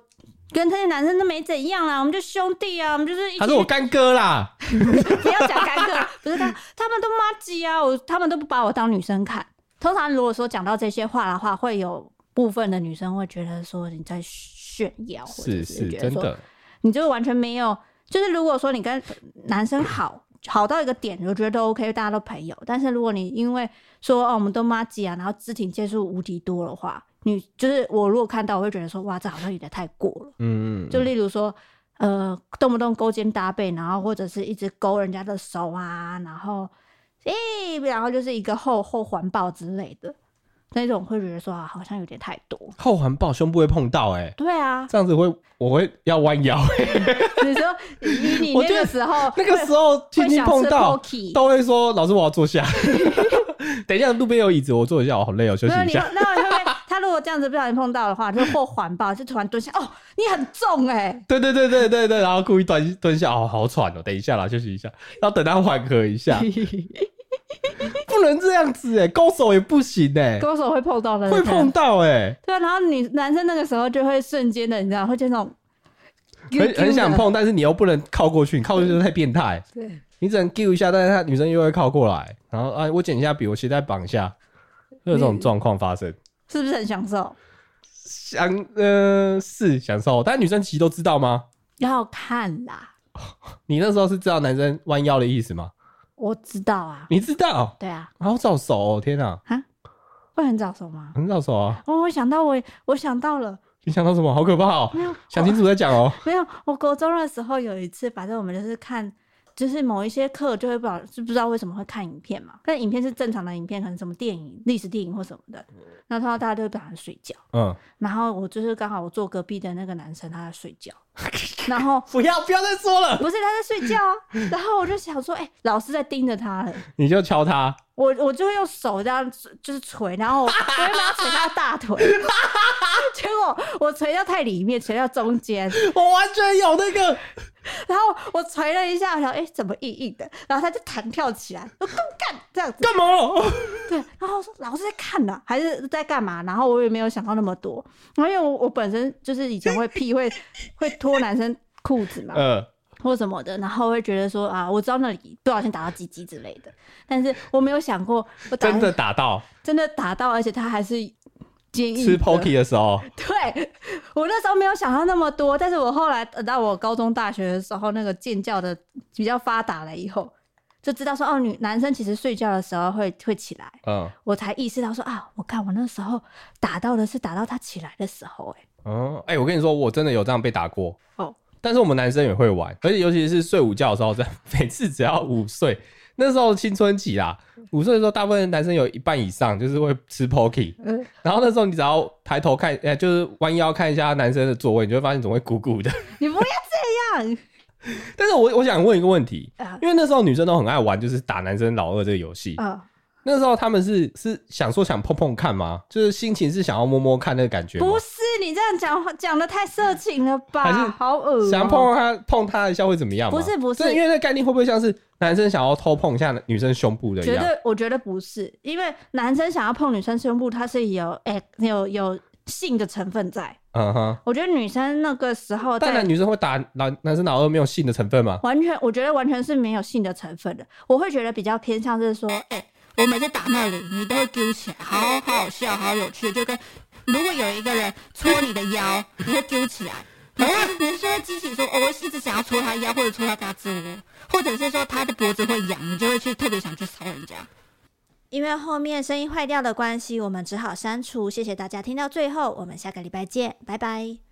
[SPEAKER 2] 跟那些男生都没怎样啦，我们就兄弟啊，我们就是一
[SPEAKER 1] 他
[SPEAKER 2] 起
[SPEAKER 1] 是我干哥啦，
[SPEAKER 2] 不要讲干哥，不是他，他们都妈鸡啊，我他们都不把我当女生看。通常如果说讲到这些话的话，会有部分的女生会觉得说你在炫耀，或者
[SPEAKER 1] 是
[SPEAKER 2] 是
[SPEAKER 1] 是
[SPEAKER 2] 觉得
[SPEAKER 1] 真
[SPEAKER 2] 说
[SPEAKER 1] 的，
[SPEAKER 2] 你就完全没有，就是如果说你跟男生好。好到一个点，我觉得都 OK，大家都朋友。但是如果你因为说哦，我们都妈鸡啊，然后肢体接触无敌多的话，你就是我如果看到，我会觉得说哇，这好像有点太过了。
[SPEAKER 1] 嗯，
[SPEAKER 2] 就例如说，呃，动不动勾肩搭背，然后或者是一直勾人家的手啊，然后，诶、然后就是一个后后环抱之类的，那种会觉得说啊，好像有点太多。
[SPEAKER 1] 后环抱胸部会碰到哎、，
[SPEAKER 2] 对啊
[SPEAKER 1] 这样子会我会要弯腰、 欸，
[SPEAKER 2] 你说以你
[SPEAKER 1] 我
[SPEAKER 2] 那
[SPEAKER 1] 觉得，
[SPEAKER 2] 个时候
[SPEAKER 1] 那个时候轻
[SPEAKER 2] 会
[SPEAKER 1] 轻
[SPEAKER 2] 想吃
[SPEAKER 1] 碰到
[SPEAKER 2] Pocky，
[SPEAKER 1] 都会说老师我要坐下，等一下路边有椅子我坐一下，我好累哦，休息
[SPEAKER 2] 没有
[SPEAKER 1] 一
[SPEAKER 2] 你，
[SPEAKER 1] 下。
[SPEAKER 2] 那会不会他如果这样子不小心碰到的话，就后环抱，就突然蹲下，哦，你很重哎、
[SPEAKER 1] 对对对对对对，然后故意蹲蹲下，哦，好喘哦，等一下啦，休息一下，然后等他缓和一下，不能这样子哎、勾手也不行哎、
[SPEAKER 2] 勾手会碰到的，
[SPEAKER 1] 会碰到哎、
[SPEAKER 2] 对啊，然后女男生那个时候就会瞬间的，你知道，会就那种
[SPEAKER 1] 很很想
[SPEAKER 2] 的
[SPEAKER 1] 碰，但是你又不能靠过去，你靠过去就太变态，
[SPEAKER 2] 对。
[SPEAKER 1] 你只能丢一下，但是他女生又会靠过来，然后啊，我剪一下笔，我鞋带绑一下，会有这种状况发生。
[SPEAKER 2] 是不是很享受？
[SPEAKER 1] 享呃是享受，但女生其实都知道吗？
[SPEAKER 2] 要看啦，
[SPEAKER 1] 你那时候是知道男生弯腰的意思吗？
[SPEAKER 2] 我知道啊，
[SPEAKER 1] 你知道，
[SPEAKER 2] 对啊，
[SPEAKER 1] 好早熟哦，天哪，
[SPEAKER 2] 会很早熟吗？
[SPEAKER 1] 很早熟啊！
[SPEAKER 2] 哦，我想到我，我想到了，
[SPEAKER 1] 你想到什么？好可怕 哦！
[SPEAKER 2] 没有
[SPEAKER 1] 想清楚再讲哦。
[SPEAKER 2] 没有，我国中的时候有一次，反正我们就是看，就是某一些课就会不知道是不知道为什么会看影片嘛，但影片是正常的影片，可能什么电影、历史电影或什么的，然后通常大家都会不小心睡觉，
[SPEAKER 1] 嗯，
[SPEAKER 2] 然后我就是刚好我坐隔壁的那个男生他在睡觉，然后。
[SPEAKER 1] 不要不要再说了，
[SPEAKER 2] 不是他在睡觉啊，然后我就想说，哎、老师在盯着他了，
[SPEAKER 1] 你就敲他，
[SPEAKER 2] 我我就会用手这样就是捶，然后我我会把它捶到大腿，结果我捶到太里面，捶到中间，
[SPEAKER 1] 我完全有那个
[SPEAKER 2] 然后我捶了一下，我想，哎、怎么硬硬的？然后他就弹跳起来，我说干这样子，
[SPEAKER 1] 干嘛？
[SPEAKER 2] 对，然后我说老师在看呢、还是在干嘛？然后我也没有想到那么多，然后因为我我本身就是以前会屁 会会脱男生裤子嘛，
[SPEAKER 1] 呃，
[SPEAKER 2] 或什么的，然后会觉得说啊，我知道那里不小心打到鸡鸡之类的，但是我没有想过我打
[SPEAKER 1] 真的打到
[SPEAKER 2] 真的打到，而且他还是坚硬
[SPEAKER 1] 吃
[SPEAKER 2] 的
[SPEAKER 1] pokey 的时候，
[SPEAKER 2] 对我那时候没有想到那么多，但是我后来等到我高中、大学的时候，那个健教的比较发达了以后，就知道说哦，女男生其实睡觉的时候会会起来，
[SPEAKER 1] 嗯
[SPEAKER 2] 我才意识到说啊，我看我那时候打到的是打到他起来的时候、欸，
[SPEAKER 1] 嗯，哎，我跟你说，我真的有这样被打过。
[SPEAKER 2] 哦，
[SPEAKER 1] 但是我们男生也会玩，而且尤其是睡午觉的时候，在每次只要五岁，那时候青春期啦，五岁的时候，大部分男生有一半以上就是会吃 pokey，
[SPEAKER 2] 嗯，
[SPEAKER 1] 然后那时候你只要抬头看，呃，就是弯腰看一下男生的座位，你就会发现总会鼓鼓的。
[SPEAKER 2] 你不要这样，
[SPEAKER 1] 但是我我想问一个问题
[SPEAKER 2] 啊，
[SPEAKER 1] 因为那时候女生都很爱玩，就是打男生老二这个游戏。
[SPEAKER 2] 嗯，
[SPEAKER 1] 那时候他们是是想说想碰碰看吗？就是心情是想要摸摸看那个感觉吗？
[SPEAKER 2] 不是你这样讲话讲的太色情了
[SPEAKER 1] 还
[SPEAKER 2] 吧，
[SPEAKER 1] 是
[SPEAKER 2] 好恶、哦
[SPEAKER 1] 想碰啊碰他碰他一下会怎么样吗？
[SPEAKER 2] 不是不是
[SPEAKER 1] 对因为那概念会不会像是男生想要偷碰一下女生胸部的一
[SPEAKER 2] 绝
[SPEAKER 1] 样？
[SPEAKER 2] 对，我觉得不是，因为男生想要碰女生胸部，它是有哎、有有性的成分在。
[SPEAKER 1] 嗯哼。
[SPEAKER 2] 我觉得女生那个时候
[SPEAKER 1] 但
[SPEAKER 2] 在
[SPEAKER 1] 男女生会打男男生老二没有性的成分吗？
[SPEAKER 2] 完全，我觉得完全是没有性的成分的。我会觉得比较偏向是说，哎、我每次打那里，你都会揪起来，好好好笑，好有趣，就跟如果有一个人搓你的腰，你会揪起来。然后你是会激起说，哦我一直想要搓他腰，或者搓他胳肢窝，或者是说他的脖子会痒，你就会去特别想去搔人家。
[SPEAKER 4] 因为后面声音坏掉的关系，我们只好删除。谢谢大家听到最后，我们下个礼拜见，拜拜。